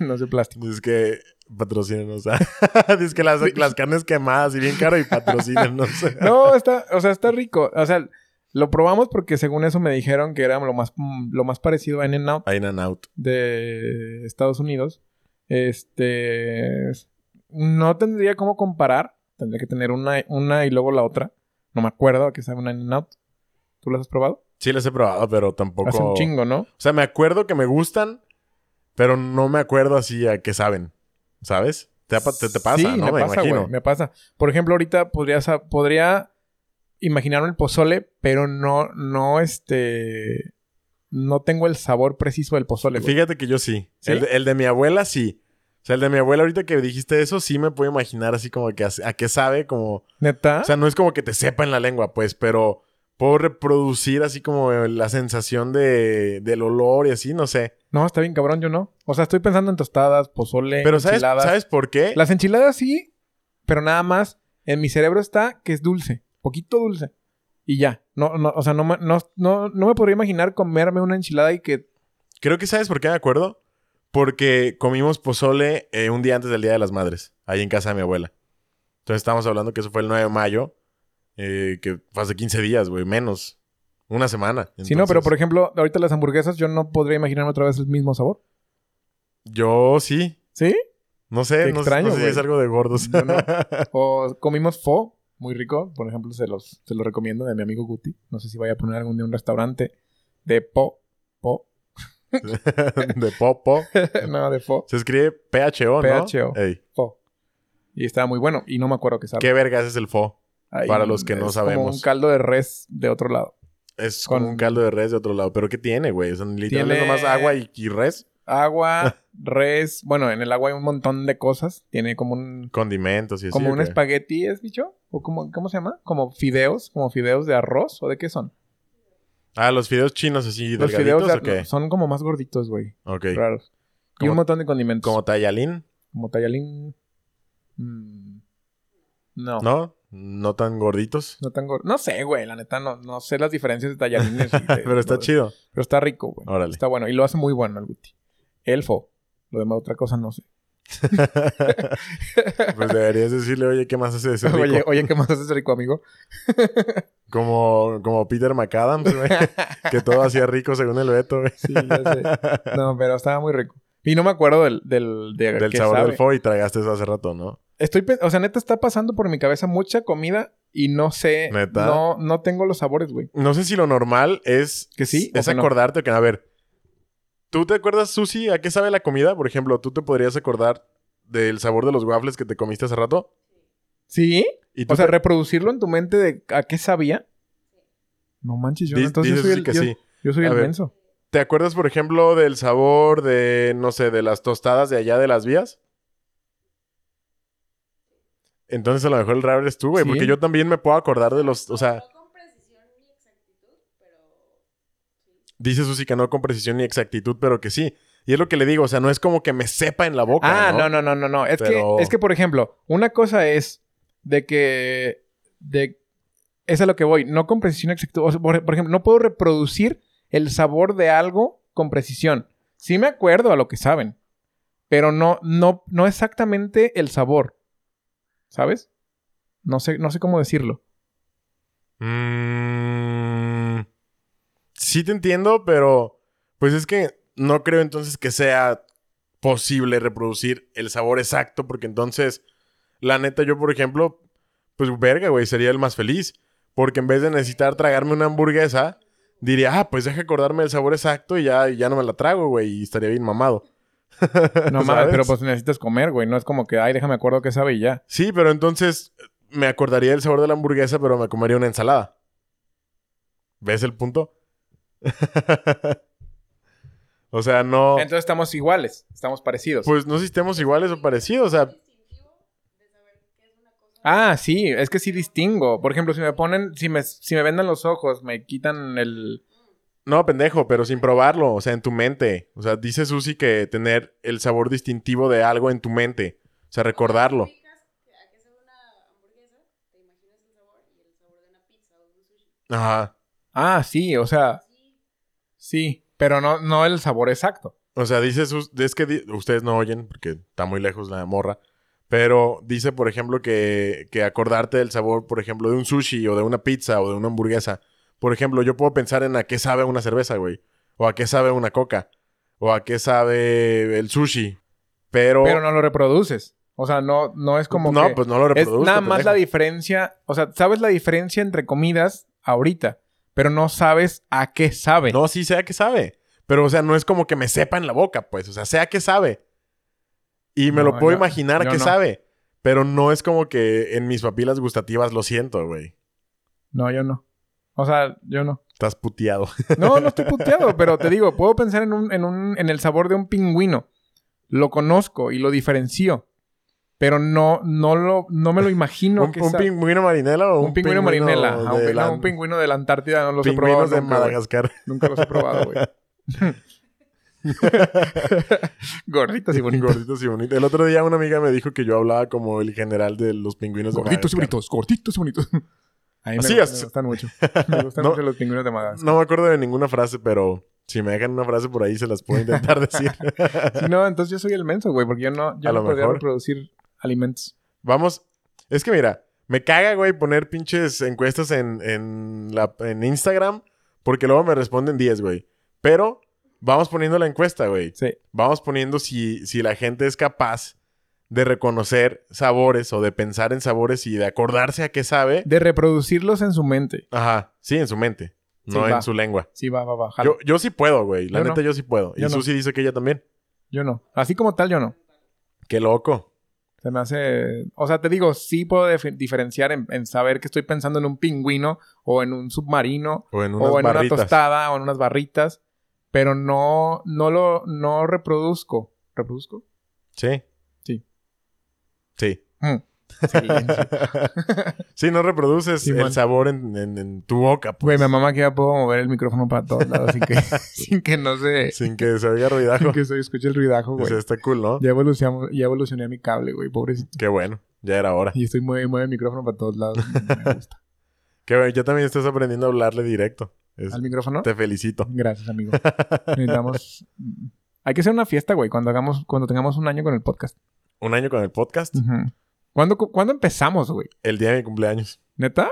Speaker 1: no es de plástico.
Speaker 2: Es que patrocínenos. (laughs) Dice que las, las carnes quemadas y bien caro y patrocínenos.
Speaker 1: (laughs) No, está, o sea, está rico. O sea, lo probamos porque según eso me dijeron que era lo más, mm, lo más parecido a In-N-Out.
Speaker 2: In and out.
Speaker 1: de Estados Unidos. Este. No tendría cómo comparar. Tendría que tener una, una y luego la otra. No me acuerdo a qué sabe una In-N-Out. ¿Tú las has probado?
Speaker 2: Sí, las he probado, pero tampoco.
Speaker 1: Hace un chingo, ¿no?
Speaker 2: O sea, me acuerdo que me gustan, pero no me acuerdo así a qué saben. ¿Sabes? Te, apa- te- te pasa,
Speaker 1: Sí,
Speaker 2: ¿no?
Speaker 1: me,
Speaker 2: Me,
Speaker 1: pasa,
Speaker 2: imagino.
Speaker 1: güey. Me pasa. Por ejemplo, ahorita podría, sa- podría imaginarme el pozole, pero no, no, este. No tengo el sabor preciso del pozole, güey.
Speaker 2: Pues Fíjate que yo sí.
Speaker 1: ¿Sí?
Speaker 2: El, de- el de mi abuela sí. O sea, el de mi abuela, ahorita que dijiste eso, sí me puedo imaginar así como que a, a qué sabe, como...
Speaker 1: ¿Neta?
Speaker 2: O sea, no es como que te sepa en la lengua, pues, pero puedo reproducir así como la sensación de, del olor y así, no sé.
Speaker 1: no, está bien cabrón, yo no. O sea, estoy pensando en tostadas, pozole,
Speaker 2: Pero ¿sabes,
Speaker 1: Eh, enchiladas.
Speaker 2: ¿sabes por qué?
Speaker 1: Las enchiladas sí, pero nada más en mi cerebro está que es dulce, poquito dulce. Y ya. No, no, o sea, no, me- no, no, no me podría imaginar comerme una enchilada y que.
Speaker 2: Creo que ¿sabes por qué me acuerdo? Porque comimos pozole eh, un día antes del Día de las Madres, ahí en casa de mi abuela. Entonces estábamos hablando que eso fue el 9 de mayo, eh, que fue hace 15 días, güey, menos. Una semana.
Speaker 1: Sí, no, pero
Speaker 2: Entonces,
Speaker 1: por ejemplo, ahorita las hamburguesas yo no podría imaginarme otra vez el mismo sabor.
Speaker 2: Yo sí,
Speaker 1: ¿Sí?
Speaker 2: No sé,
Speaker 1: Qué
Speaker 2: no,
Speaker 1: extraño,
Speaker 2: no sé si
Speaker 1: güey.
Speaker 2: es algo de gordos.
Speaker 1: Yo no. O comimos pho, muy rico. Por ejemplo, se los, se los recomiendo de mi amigo Guti. No sé si vaya a poner algún día un restaurante de po. Po.
Speaker 2: (laughs) de popo.
Speaker 1: (laughs) no, de pho.
Speaker 2: Se escribe PHO, ¿no?
Speaker 1: PHO.
Speaker 2: Ey,
Speaker 1: Pho. Y estaba muy bueno. Y no me acuerdo qué sabe.
Speaker 2: ¿Qué vergas es el pho?
Speaker 1: Ay,
Speaker 2: para los que no
Speaker 1: es Como
Speaker 2: sabemos.
Speaker 1: un caldo de res de otro lado.
Speaker 2: Es como
Speaker 1: Con-
Speaker 2: un caldo de res de otro lado. ¿Pero qué tiene, güey? O sea, literal
Speaker 1: Tiene-
Speaker 2: es nomás agua y, y res.
Speaker 1: agua,
Speaker 2: (laughs)
Speaker 1: res. Bueno, en el agua hay un montón de cosas. Tiene como un.
Speaker 2: Condimentos y así.
Speaker 1: Como
Speaker 2: ¿o
Speaker 1: un
Speaker 2: qué?
Speaker 1: espagueti, ¿es bicho? ¿O como, cómo se llama? Como fideos, como fideos de arroz, ¿o de qué son?
Speaker 2: Ah, los fideos chinos así
Speaker 1: Los
Speaker 2: delgaditos
Speaker 1: fideos de
Speaker 2: o qué?
Speaker 1: arroz son como más gorditos, güey.
Speaker 2: Ok.
Speaker 1: Raros. Y
Speaker 2: Como-
Speaker 1: un montón de condimentos.
Speaker 2: Como tallalín,
Speaker 1: Como tallalín. Mm. No. No,
Speaker 2: ¿no? No tan gorditos.
Speaker 1: tan gor- No sé, güey. La neta, no, no sé las diferencias de tallarines.
Speaker 2: (laughs)
Speaker 1: y de-
Speaker 2: Pero está chido.
Speaker 1: Pero está rico, güey. (laughs)
Speaker 2: Órale. (laughs)
Speaker 1: Está bueno. Y lo hace muy bueno el Guti. Elfo. Lo demás, otra cosa, no sé.
Speaker 2: pues deberías decirle, oye, ¿qué más hace ese rico?
Speaker 1: Oye, oye, ¿qué más haces rico,
Speaker 2: (laughs)
Speaker 1: amigo?
Speaker 2: Como, como Peter McAdams, güey. que todo hacía rico según el Beto, güey.
Speaker 1: Sí, ya sé. No, pero estaba muy rico. Y no me acuerdo del... Del, de-
Speaker 2: Del
Speaker 1: que
Speaker 2: sabor
Speaker 1: sabe.
Speaker 2: del fo y tragaste eso hace rato, ¿no?
Speaker 1: Estoy... pe- O sea, neta, está pasando por mi cabeza mucha comida y no sé...
Speaker 2: ¿Neta?
Speaker 1: No, no tengo los sabores, güey.
Speaker 2: No sé si lo normal es...
Speaker 1: ¿Que sí o
Speaker 2: Es
Speaker 1: que no?
Speaker 2: acordarte o que... A ver, ¿tú te acuerdas, Susi, a qué sabe la comida? Por ejemplo, ¿tú te podrías acordar del sabor de los waffles que te comiste hace rato?
Speaker 1: ¿Sí?
Speaker 2: Y tú
Speaker 1: O sea,
Speaker 2: te-
Speaker 1: reproducirlo en tu mente de a qué sabía. No manches, yo
Speaker 2: di-
Speaker 1: no. Entonces yo
Speaker 2: dices
Speaker 1: soy
Speaker 2: sí
Speaker 1: el,
Speaker 2: que
Speaker 1: yo,
Speaker 2: sí.
Speaker 1: yo soy
Speaker 2: A
Speaker 1: el
Speaker 2: ver.
Speaker 1: menso.
Speaker 2: ¿Te acuerdas, por ejemplo, del sabor de, no sé, de las tostadas de allá de las vías? Entonces, a lo mejor el raro eres tú, güey.
Speaker 1: Sí.
Speaker 2: Porque yo también me puedo acordar de los... O sea,
Speaker 3: No con precisión ni exactitud, pero.
Speaker 2: dice Susi que no con precisión ni exactitud, pero que sí. Y es lo que le digo. O sea, no es como que me sepa en la boca,
Speaker 1: Ah, no, no, no, no, no. Es,
Speaker 2: Pero-
Speaker 1: que, es que, por ejemplo, una cosa es de que... De, es a lo que voy. No con precisión exacta. O sea, por, por ejemplo, no puedo reproducir el sabor de algo con precisión. Sí me acuerdo a lo que saben, pero no, no, no exactamente el sabor. ¿Sabes? No sé, no sé cómo decirlo.
Speaker 2: Mm, sí te entiendo, pero pues es que no creo entonces que sea posible reproducir el sabor exacto, porque entonces, la neta, yo, por ejemplo, pues verga, güey, sería el más feliz. Porque en vez de necesitar tragarme una hamburguesa, diría, ah, pues deja acordarme el sabor exacto y ya, y ya no me la trago, güey, y estaría bien mamado.
Speaker 1: (laughs) No mames,
Speaker 2: ¿Sabes?
Speaker 1: pero pues necesitas comer, güey. No es como que, ay, déjame acuerdo qué sabe y ya.
Speaker 2: Sí, pero entonces eh, me acordaría del sabor de la hamburguesa, pero me comería una ensalada. ¿Ves el punto? (laughs) o sea, no.
Speaker 1: Entonces estamos iguales, estamos parecidos.
Speaker 2: Pues no sistemos iguales o parecidos. O sea,
Speaker 3: distintivo de saber qué es una cosa.
Speaker 1: Ah, sí, es que sí distingo. Por ejemplo, si me ponen, si me, si me vendan los ojos, me quitan el...
Speaker 3: Mm.
Speaker 2: no, pendejo, pero sin probarlo. O sea, en tu mente. O sea, dice Susi que tener el sabor distintivo de algo en tu mente. O sea, recordarlo.
Speaker 3: Te fijas que- a qué sabe una hamburguesa, te imaginas el sabor y el sabor de una pizza o de un sushi.
Speaker 2: Ajá.
Speaker 1: Ah, sí, o sea,
Speaker 3: Sí,
Speaker 1: sí, pero no, no el sabor exacto.
Speaker 2: O sea, dice Susi. Es que di- ustedes no oyen porque está muy lejos la morra. Pero dice, por ejemplo, que, que acordarte del sabor, por ejemplo, de un sushi o de una pizza o de una hamburguesa. Por ejemplo, yo puedo pensar en a qué sabe una cerveza, güey. O a qué sabe una coca. O a qué sabe el sushi. Pero.
Speaker 1: Pero no lo reproduces. O sea, no, no es como
Speaker 2: no,
Speaker 1: que...
Speaker 2: pues no lo
Speaker 1: es
Speaker 2: reproduzco.
Speaker 1: nada más
Speaker 2: pendejo.
Speaker 1: la diferencia, o sea, sabes la diferencia entre comidas ahorita, pero no sabes a qué sabe.
Speaker 2: No, sí, sea que sabe. Pero, o sea, no es como que me sepa en la boca, pues. O sea, sea que sabe. Y me
Speaker 1: No,
Speaker 2: lo puedo
Speaker 1: yo-
Speaker 2: imaginar
Speaker 1: yo
Speaker 2: que
Speaker 1: no.
Speaker 2: sabe. Pero no es como que en mis papilas gustativas lo siento, güey.
Speaker 1: No, yo no. O sea, yo no.
Speaker 2: Estás puteado.
Speaker 1: No, no estoy puteado, pero te digo, puedo pensar en, un, en, un, en el sabor de un pingüino. Lo conozco y lo diferencio, pero no, no, lo, (laughs) no me lo imagino.
Speaker 2: ¿Un,
Speaker 1: que
Speaker 2: un
Speaker 1: sa-
Speaker 2: pingüino marinela o un,
Speaker 1: un pingüino marinela.
Speaker 2: de
Speaker 1: ah, un, pi-
Speaker 2: la-
Speaker 1: no, un pingüino de la Antártida no los he probado.
Speaker 2: pingüinos de
Speaker 1: nunca, güey. (laughs)
Speaker 2: Madagascar.
Speaker 1: Nunca los he probado,
Speaker 2: (laughs)
Speaker 1: güey. Gorditos y bonitos.
Speaker 2: (laughs) Gorditos y bonitos. El otro día una amiga me dijo que yo hablaba como el general de los pingüinos
Speaker 1: Gorditos y
Speaker 2: de
Speaker 1: bonitos,
Speaker 2: Madagascar.
Speaker 1: gorditos y bonitos. A mí me,
Speaker 2: Así
Speaker 1: gu-
Speaker 2: es.
Speaker 1: me gustan
Speaker 2: (laughs)
Speaker 1: mucho. Me gustan
Speaker 2: No.
Speaker 1: mucho los pingüinos de Madagascar.
Speaker 2: No me acuerdo de ninguna frase, pero si me dejan una frase por ahí se las
Speaker 1: (laughs)
Speaker 2: puedo intentar decir.
Speaker 1: Si no, entonces yo soy el menso, güey, porque yo no, yo
Speaker 2: A
Speaker 1: no
Speaker 2: lo
Speaker 1: podría
Speaker 2: mejor.
Speaker 1: reproducir alimentos.
Speaker 2: Vamos. Es que mira, me caga, güey, poner pinches encuestas en, en, la, en Instagram porque luego me responden 10, güey. Pero vamos poniendo la encuesta, güey.
Speaker 1: Sí.
Speaker 2: Vamos poniendo si, si la gente es capaz de reconocer sabores o de pensar en sabores y de acordarse a qué sabe.
Speaker 1: De reproducirlos en su mente.
Speaker 2: Ajá, sí, en su mente,
Speaker 1: Sí,
Speaker 2: no
Speaker 1: va.
Speaker 2: en su lengua.
Speaker 1: Sí, va, va, va. jalo.
Speaker 2: Yo, yo sí puedo, güey. La
Speaker 1: Yo
Speaker 2: neta,
Speaker 1: no.
Speaker 2: yo sí puedo.
Speaker 1: Yo
Speaker 2: y
Speaker 1: no.
Speaker 2: Susi dice que ella también.
Speaker 1: Yo no. Así como tal, yo no.
Speaker 2: Qué loco.
Speaker 1: Se me hace. O sea, te digo, sí puedo defi- diferenciar en, en saber que estoy pensando en un pingüino o en un submarino
Speaker 2: O en unas
Speaker 1: o en
Speaker 2: barritas.
Speaker 1: una tostada o en unas barritas, pero no, no lo no reproduzco. ¿Reproduzco?
Speaker 2: Sí.
Speaker 1: Sí.
Speaker 2: Sí.
Speaker 1: Sí.
Speaker 2: (laughs) Sí, no reproduces
Speaker 1: Sí,
Speaker 2: el
Speaker 1: man.
Speaker 2: sabor en, en- en tu boca,
Speaker 1: Güey,
Speaker 2: pues.
Speaker 1: mi mamá que ya puedo mover el micrófono para todos lados sin
Speaker 2: (laughs)
Speaker 1: que, (laughs) sin que no se.
Speaker 2: Sin que se oiga ruidajo.
Speaker 1: (laughs) sin que se escuche el ruidajo,
Speaker 2: O
Speaker 1: güey.
Speaker 2: sea, está cool, ¿no?
Speaker 1: Ya evolucionamos, ya evolucioné a mi cable, güey, pobrecito.
Speaker 2: Qué bueno. Ya era hora.
Speaker 1: Y estoy mueve, mueve el micrófono para todos
Speaker 2: (laughs)
Speaker 1: lados. Me gusta.
Speaker 2: Qué bueno. Ya también estás aprendiendo a hablarle directo. Es-
Speaker 1: ¿Al micrófono?
Speaker 2: te felicito.
Speaker 1: Gracias, amigo. Necesitamos. mm, Hay que hacer una fiesta, güey, cuando hagamos, cuando tengamos un año con el podcast.
Speaker 2: Un año con el podcast.
Speaker 1: Ujú. ¿Cuándo, cu- cuándo empezamos, güey?
Speaker 2: El día de mi cumpleaños.
Speaker 1: ¿Neta?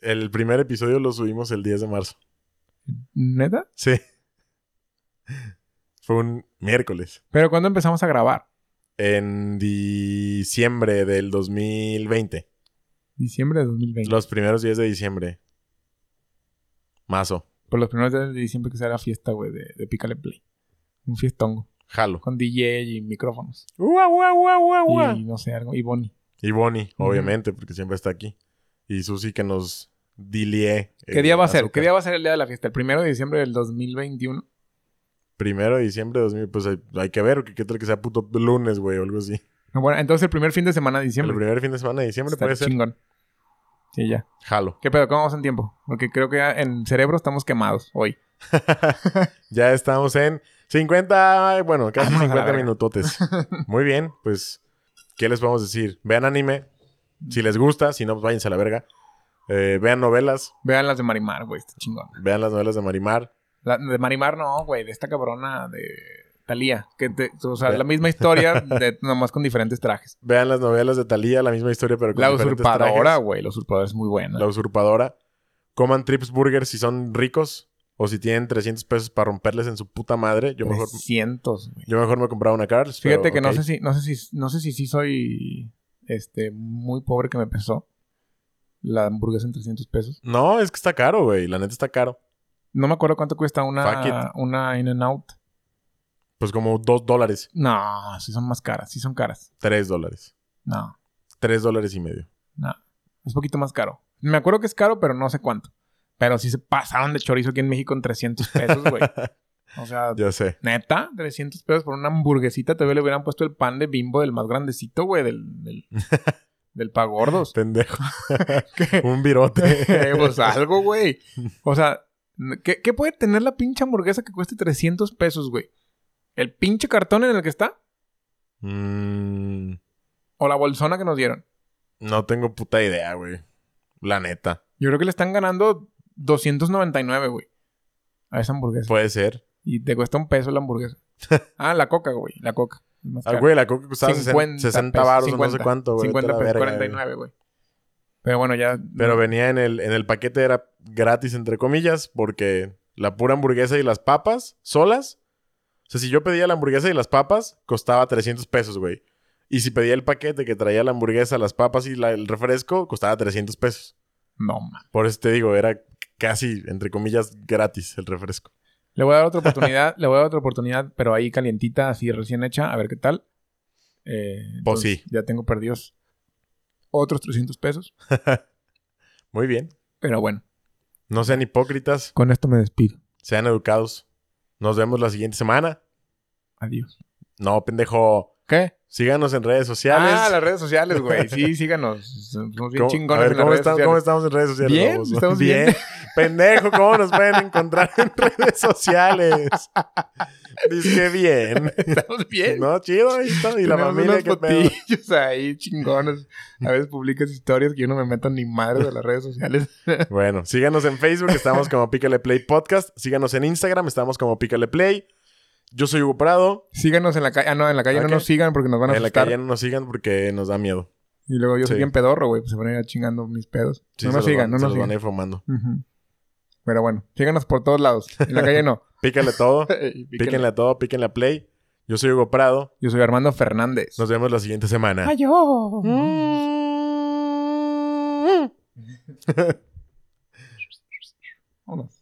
Speaker 2: El primer episodio lo subimos el 10 de marzo.
Speaker 1: ¿Neta?
Speaker 2: Sí. (laughs) Fue un miércoles.
Speaker 1: Pero ¿cuándo empezamos a grabar?
Speaker 2: En diciembre del 2020.
Speaker 1: Diciembre de 2020.
Speaker 2: Los primeros días de diciembre. Mazo.
Speaker 1: Por los primeros días de diciembre que será la fiesta, güey, de, de Pícale Play. Un fiestongo.
Speaker 2: Jalo.
Speaker 1: Con DJ y micrófonos.
Speaker 2: Ua, ua, ua, ua, ua.
Speaker 1: Y no sé, algo. Y Bonnie.
Speaker 2: Y Bonnie,
Speaker 1: Ujú.
Speaker 2: obviamente, porque siempre está aquí. Y Susi que nos dilie. eh,
Speaker 1: ¿Qué día va a ser? ¿Qué día va a ser el día de la fiesta? ¿El primero de diciembre del 2021?
Speaker 2: Primero de diciembre de 2000. Pues hay, hay que ver, que qué tal que sea puto lunes, güey, o algo así.
Speaker 1: No, Ah, bueno, entonces el primer fin de semana de
Speaker 2: El
Speaker 1: diciembre.
Speaker 2: primer fin de semana de diciembre
Speaker 1: Está
Speaker 2: puede ser.
Speaker 1: chingón. Sí, ya.
Speaker 2: Jalo.
Speaker 1: ¿Qué pedo? ¿Cómo vamos en tiempo? Porque creo que ya en cerebro estamos quemados hoy.
Speaker 2: Ya estamos en 50, bueno, casi
Speaker 1: Vámonos a la
Speaker 2: 50
Speaker 1: verga.
Speaker 2: minutotes.
Speaker 1: (laughs)
Speaker 2: Muy bien, pues, ¿qué les podemos decir? Vean anime, si les gusta, si no, pues váyanse a la verga. Eh, vean novelas,
Speaker 1: Vean las de Marimar, güey. Está chingón.
Speaker 2: vean las novelas de Marimar.
Speaker 1: La- de Marimar no, güey. De esta cabrona de Talía. Que te- o sea,
Speaker 2: Ve-
Speaker 1: la misma historia, de, (laughs) nomás con diferentes trajes.
Speaker 2: Vean las novelas de Thalía, la misma historia, pero con
Speaker 1: La
Speaker 2: diferentes trajes.
Speaker 1: usurpadora, güey. La usurpadora es muy buena.
Speaker 2: La usurpadora. Coman Trips Burger si son ricos. O si tienen 300 pesos para romperles en su puta madre, yo mejor,
Speaker 1: 300, güey.
Speaker 2: yo mejor me compraba una Carl's.
Speaker 1: Pues, Fíjate
Speaker 2: pero
Speaker 1: que no
Speaker 2: ok.
Speaker 1: sé si, no sé si, no sé si sí soy este muy pobre que me pesó. La hamburguesa en 300 pesos.
Speaker 2: No, es que está caro, güey. La neta está caro.
Speaker 1: No me acuerdo cuánto cuesta
Speaker 2: Fuck it.
Speaker 1: una, una In and Out.
Speaker 2: Pues como 2 dólares,
Speaker 1: No, sí son más caras, sí son caras.
Speaker 2: 3 dólares,
Speaker 1: No,
Speaker 2: 3 dólares y medio.
Speaker 1: no. Es poquito más caro. Me acuerdo que es caro, pero no sé cuánto. Pero sí se pasaron de chorizo aquí en México en 300 pesos, güey. O sea,
Speaker 2: Ya sé.
Speaker 1: neta, 300 pesos por una hamburguesita. Todavía le hubieran puesto el pan de bimbo del más grandecito, güey, del, del, del pagordos. (laughs)
Speaker 2: Pendejo. (laughs)
Speaker 1: ¿Qué?
Speaker 2: Un virote.
Speaker 1: (laughs) Eh, pues algo, güey. O sea, ¿qué, qué puede tener la pinche hamburguesa que cueste 300 pesos, güey? ¿El pinche cartón en el que está?
Speaker 2: Mm,
Speaker 1: ¿O la bolsona que nos dieron?
Speaker 2: no tengo puta idea, güey. La neta.
Speaker 1: Yo creo que le están ganando 299, güey. A esa hamburguesa.
Speaker 2: Puede ser.
Speaker 1: Y te cuesta un peso la
Speaker 2: (laughs)
Speaker 1: hamburguesa. Ah, la coca, güey. La coca. Es más
Speaker 2: Ah,
Speaker 1: cara.
Speaker 2: güey, la coca costaba 60,
Speaker 1: 50 pesos,
Speaker 2: baros o no sé
Speaker 1: 50,
Speaker 2: cuánto, güey.
Speaker 1: 50
Speaker 2: Vete a la
Speaker 1: pesos,
Speaker 2: verga,
Speaker 1: 49, güey. Pero bueno, ya.
Speaker 2: güey. Pero venía en el, en el paquete, era gratis, entre comillas, porque la pura hamburguesa y las papas solas. O sea, si yo pedía la hamburguesa y las papas, costaba 300 pesos, güey. Y si pedía el paquete que traía la hamburguesa, las papas y la- el refresco, costaba 300 pesos.
Speaker 1: No, man.
Speaker 2: Por eso te digo, era casi, entre comillas, gratis el refresco.
Speaker 1: Le voy a dar otra oportunidad. le voy a dar otra oportunidad, pero ahí calientita, así recién hecha. A ver qué tal. Eh,
Speaker 2: Pues
Speaker 1: entonces,
Speaker 2: sí.
Speaker 1: Ya tengo perdidos otros 300 pesos.
Speaker 2: Muy bien.
Speaker 1: Pero bueno,
Speaker 2: No sean hipócritas,
Speaker 1: con esto me despido.
Speaker 2: sean educados. Nos vemos la siguiente semana.
Speaker 1: Adiós.
Speaker 2: No, pendejo.
Speaker 1: ¿Qué?
Speaker 2: Síganos en redes sociales.
Speaker 1: Ah, las redes sociales, güey. Sí, síganos. Somos bien
Speaker 2: ¿Cómo-
Speaker 1: chingones
Speaker 2: a ver,
Speaker 1: en las
Speaker 2: ¿cómo,
Speaker 1: redes
Speaker 2: estamos,
Speaker 1: sociales. (laughs)
Speaker 2: ¿cómo estamos en redes sociales?
Speaker 1: Bien,
Speaker 2: Vamos,
Speaker 1: estamos bien.
Speaker 2: (laughs) Pendejo, ¿cómo nos pueden encontrar en (laughs) redes sociales? Dice que bien.
Speaker 1: Estamos bien.
Speaker 2: No, chido, ahí está. Y la
Speaker 1: Tenemos
Speaker 2: familia
Speaker 1: unos
Speaker 2: que pedo.
Speaker 1: fotillos ahí chingones. A veces publicas historias que yo no me meto ni madre de las redes sociales.
Speaker 2: Bueno, síganos en Facebook, estamos como Pícale Play Podcast. Síganos en Instagram, estamos como Pícale Play. Yo soy Hugo Prado.
Speaker 1: Síganos en la calle. Ah, no, en la calle
Speaker 2: Ok.
Speaker 1: no nos sigan porque nos van a
Speaker 2: en la
Speaker 1: asustar.
Speaker 2: calle no nos sigan porque nos da miedo.
Speaker 1: Y luego yo soy
Speaker 2: Sí.
Speaker 1: bien pedorro, güey. Pues se van a ir chingando mis pedos.
Speaker 2: Sí,
Speaker 1: no nos
Speaker 2: se los
Speaker 1: sigan,
Speaker 2: van-
Speaker 1: no
Speaker 2: se
Speaker 1: nos
Speaker 2: los van a
Speaker 1: sigan.
Speaker 2: ir fumando.
Speaker 1: Ujú. Pero bueno, síganos por todos lados. En la calle
Speaker 2: (laughs)
Speaker 1: no.
Speaker 2: Pícale
Speaker 1: (laughs)
Speaker 2: todo,
Speaker 1: Y píquenle.
Speaker 2: píquenle a todo, píquenle a Play. Yo soy Hugo Prado.
Speaker 1: Yo soy Armando Fernández.
Speaker 2: Nos vemos la siguiente semana.
Speaker 1: yo.
Speaker 2: Mm.
Speaker 1: (laughs) Vámonos.